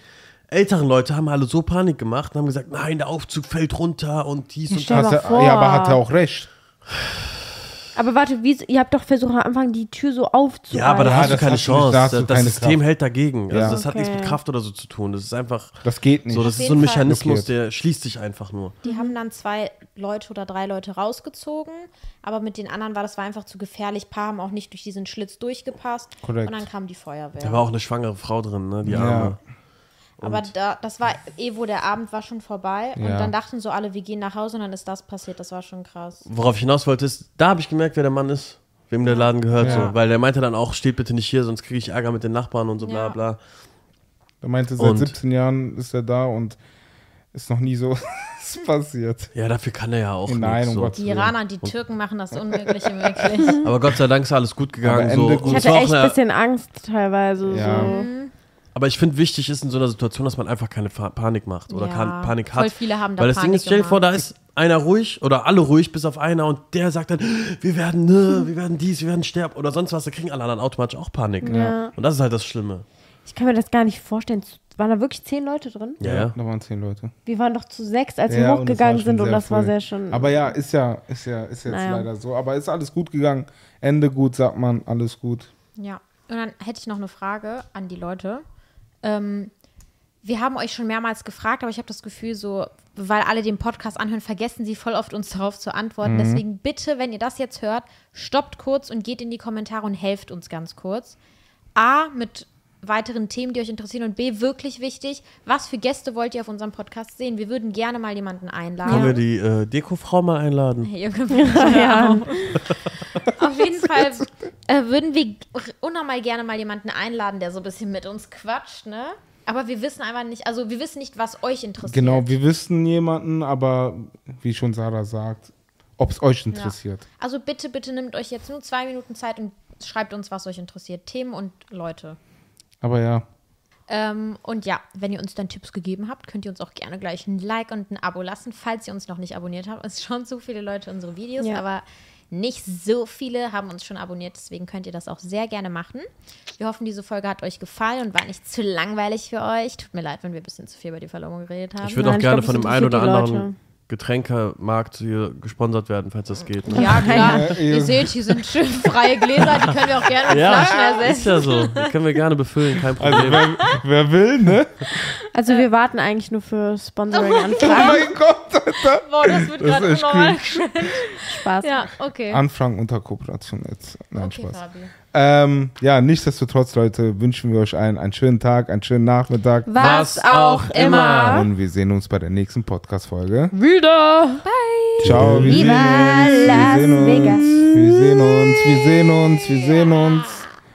Speaker 4: älteren Leute haben alle so Panik gemacht und haben gesagt, nein, der Aufzug fällt runter und dies und
Speaker 1: stell
Speaker 4: das.
Speaker 1: mal
Speaker 2: Hat er,
Speaker 1: vor.
Speaker 2: ja, aber hat er auch recht.
Speaker 1: aber warte, wie, ihr habt doch versucht, am Anfang die Tür so aufzuhalten.
Speaker 4: Ja, aber da
Speaker 2: Ja,
Speaker 4: hast du
Speaker 2: das
Speaker 4: keine
Speaker 2: hast du nicht,
Speaker 4: Chance.
Speaker 2: da hast du
Speaker 4: das
Speaker 2: keine
Speaker 4: System
Speaker 2: Kraft.
Speaker 4: hält dagegen.
Speaker 2: Ja.
Speaker 4: Also das hat nichts mit
Speaker 1: Okay.
Speaker 4: Kraft oder so zu tun. Das ist einfach
Speaker 2: Das geht nicht.
Speaker 4: so, das
Speaker 3: Auf
Speaker 4: ist so
Speaker 3: jeden
Speaker 4: ein
Speaker 3: Fall.
Speaker 4: Mechanismus,
Speaker 2: Blockiert.
Speaker 4: der schließt sich einfach nur.
Speaker 3: Die haben dann zwei Leute oder drei Leute rausgezogen, aber mit den anderen war das war einfach zu gefährlich. Paar haben auch nicht durch diesen Schlitz durchgepasst.
Speaker 2: Korrekt.
Speaker 3: Und dann kam die Feuerwehr.
Speaker 4: Da war auch eine schwangere Frau drin, ne? Die
Speaker 2: Ja.
Speaker 4: Arme.
Speaker 3: aber da, das war eh, wo der Abend war schon vorbei. Und
Speaker 2: Ja.
Speaker 3: dann dachten so alle, wir gehen nach Hause und dann ist das passiert. Das war schon krass.
Speaker 4: Worauf ich hinaus wollte, ist, da habe ich gemerkt, wer der Mann ist, wem der Laden gehört.
Speaker 2: Ja.
Speaker 4: So. Weil der meinte dann auch, steht bitte nicht hier, sonst kriege ich Ärger mit den Nachbarn und so bla
Speaker 3: Ja.
Speaker 4: bla.
Speaker 2: Er meinte, seit
Speaker 4: Und?
Speaker 2: 17 Jahren ist er da und ist noch nie so was passiert.
Speaker 4: Ja, dafür kann er ja auch
Speaker 2: Nein,
Speaker 4: nichts,
Speaker 2: um
Speaker 4: so.
Speaker 2: Gottes
Speaker 3: Die
Speaker 2: Willen.
Speaker 3: Iraner und die Türken machen das Unmögliche möglich.
Speaker 4: Aber Gott sei Dank ist alles gut gegangen.
Speaker 2: Aber
Speaker 4: so.
Speaker 2: Ende gut.
Speaker 1: ich
Speaker 4: Und es
Speaker 1: hatte
Speaker 4: war auch
Speaker 1: echt ein
Speaker 4: eine-
Speaker 1: bisschen Angst teilweise.
Speaker 2: Ja.
Speaker 1: So.
Speaker 4: aber ich finde, wichtig ist in so einer Situation, dass man einfach keine Fa- Panik macht oder
Speaker 3: Ja,
Speaker 4: kann, Panik hat.
Speaker 3: voll viele haben da
Speaker 4: Weil das Ding
Speaker 3: Panik
Speaker 4: ist, stell dir vor, da ist einer ruhig oder alle ruhig, bis auf einer und der sagt dann, wir werden, ne, wir werden dies, wir werden sterben oder sonst was. Da kriegen alle anderen automatisch auch Panik.
Speaker 1: Ja.
Speaker 4: Und das ist halt das Schlimme.
Speaker 1: Ich kann mir das gar nicht vorstellen. Z- Waren da wirklich zehn Leute drin?
Speaker 4: Ja, ja.
Speaker 2: Da waren 10 Leute.
Speaker 1: Wir waren doch zu sechs, als
Speaker 2: Ja,
Speaker 1: wir
Speaker 2: und es war
Speaker 1: hochgegangen
Speaker 2: schon
Speaker 1: sind und
Speaker 2: sehr
Speaker 1: das war
Speaker 2: voll.
Speaker 1: sehr schön.
Speaker 2: Aber ja, ist ja, ist ja, ist jetzt
Speaker 1: Naja.
Speaker 2: leider so. Aber ist alles gut gegangen. Ende gut, sagt man, alles gut.
Speaker 3: Ja, und dann hätte ich noch eine Frage an die Leute. Ähm, wir haben euch schon mehrmals gefragt, aber ich habe das Gefühl, so, weil alle den Podcast anhören, vergessen sie voll oft uns darauf zu antworten. Deswegen bitte, wenn ihr das jetzt hört, stoppt kurz und geht in die Kommentare und helft uns ganz kurz. A, mit weiteren Themen, die euch interessieren? Und B, wirklich wichtig, was für Gäste wollt ihr auf unserem Podcast sehen? Wir würden gerne mal jemanden
Speaker 4: Können wir
Speaker 3: einladen.
Speaker 4: die äh, Dekofrau mal einladen?
Speaker 3: Hey, ihr könnt mich
Speaker 1: Ja.
Speaker 3: Auf jeden Fall äh, würden wir r- unnormal gerne mal jemanden einladen, der so ein bisschen mit uns quatscht, ne? Aber wir wissen einfach nicht, also wir wissen nicht, was euch interessiert.
Speaker 2: Genau, wir wissen jemanden, aber wie schon Sarah sagt, ob es euch interessiert.
Speaker 3: Also bitte, bitte nehmt euch jetzt nur zwei Minuten Zeit und schreibt uns, was euch interessiert. Themen und Leute.
Speaker 2: Aber ja,
Speaker 3: Ähm, und ja, wenn ihr uns dann Tipps gegeben habt, könnt ihr uns auch gerne gleich ein Like und ein Abo lassen, falls ihr uns noch nicht abonniert habt. Es schauen so viele Leute unsere Videos,
Speaker 1: Ja.
Speaker 3: aber nicht so viele haben uns schon abonniert, deswegen könnt ihr das auch sehr gerne machen. Wir hoffen, diese Folge hat euch gefallen und war nicht zu langweilig für euch. Tut mir leid, wenn wir ein bisschen zu viel über die Verlobung geredet haben.
Speaker 4: Ich würde
Speaker 1: Nein,
Speaker 4: auch
Speaker 1: ich
Speaker 4: gerne
Speaker 1: glaub,
Speaker 4: von
Speaker 1: das
Speaker 4: dem einen oder
Speaker 1: interessiert die
Speaker 4: anderen
Speaker 1: Leute.
Speaker 4: Getränkemarkt hier gesponsert werden, falls das geht. Ne?
Speaker 3: ja, klar.
Speaker 2: Ja, ja.
Speaker 3: Ihr seht, hier sind schön freie Gläser, die können wir auch gerne mit Flaschen
Speaker 4: ist
Speaker 3: ersetzen.
Speaker 4: ja so. Die können wir gerne befüllen, kein Problem.
Speaker 2: also wer, wer will, ne?
Speaker 1: Also wir warten eigentlich nur für
Speaker 2: Oh
Speaker 1: Sponsoring-Anfragen.
Speaker 2: mein Gott, Alter.
Speaker 3: Boah, das wird
Speaker 2: Das
Speaker 3: gerade
Speaker 2: ist echt
Speaker 3: unnormal.
Speaker 1: Spaß.
Speaker 3: Ja, okay.
Speaker 2: Anfragen unter Kooperation jetzt. Nein,
Speaker 3: Okay,
Speaker 2: Spaß.
Speaker 3: Fabi.
Speaker 2: Ähm, ja, nichtsdestotrotz, Leute, wünschen wir euch allen einen schönen Tag, einen schönen Nachmittag.
Speaker 1: Was, auch immer.
Speaker 2: Und wir sehen uns bei der nächsten Podcast-Folge.
Speaker 1: Wieder.
Speaker 2: Ciao, wir
Speaker 1: Viva
Speaker 2: sehen uns.
Speaker 1: Las
Speaker 2: wir sehen uns.
Speaker 1: Vegas.
Speaker 2: Wir sehen uns. Wir sehen uns. Wir sehen uns.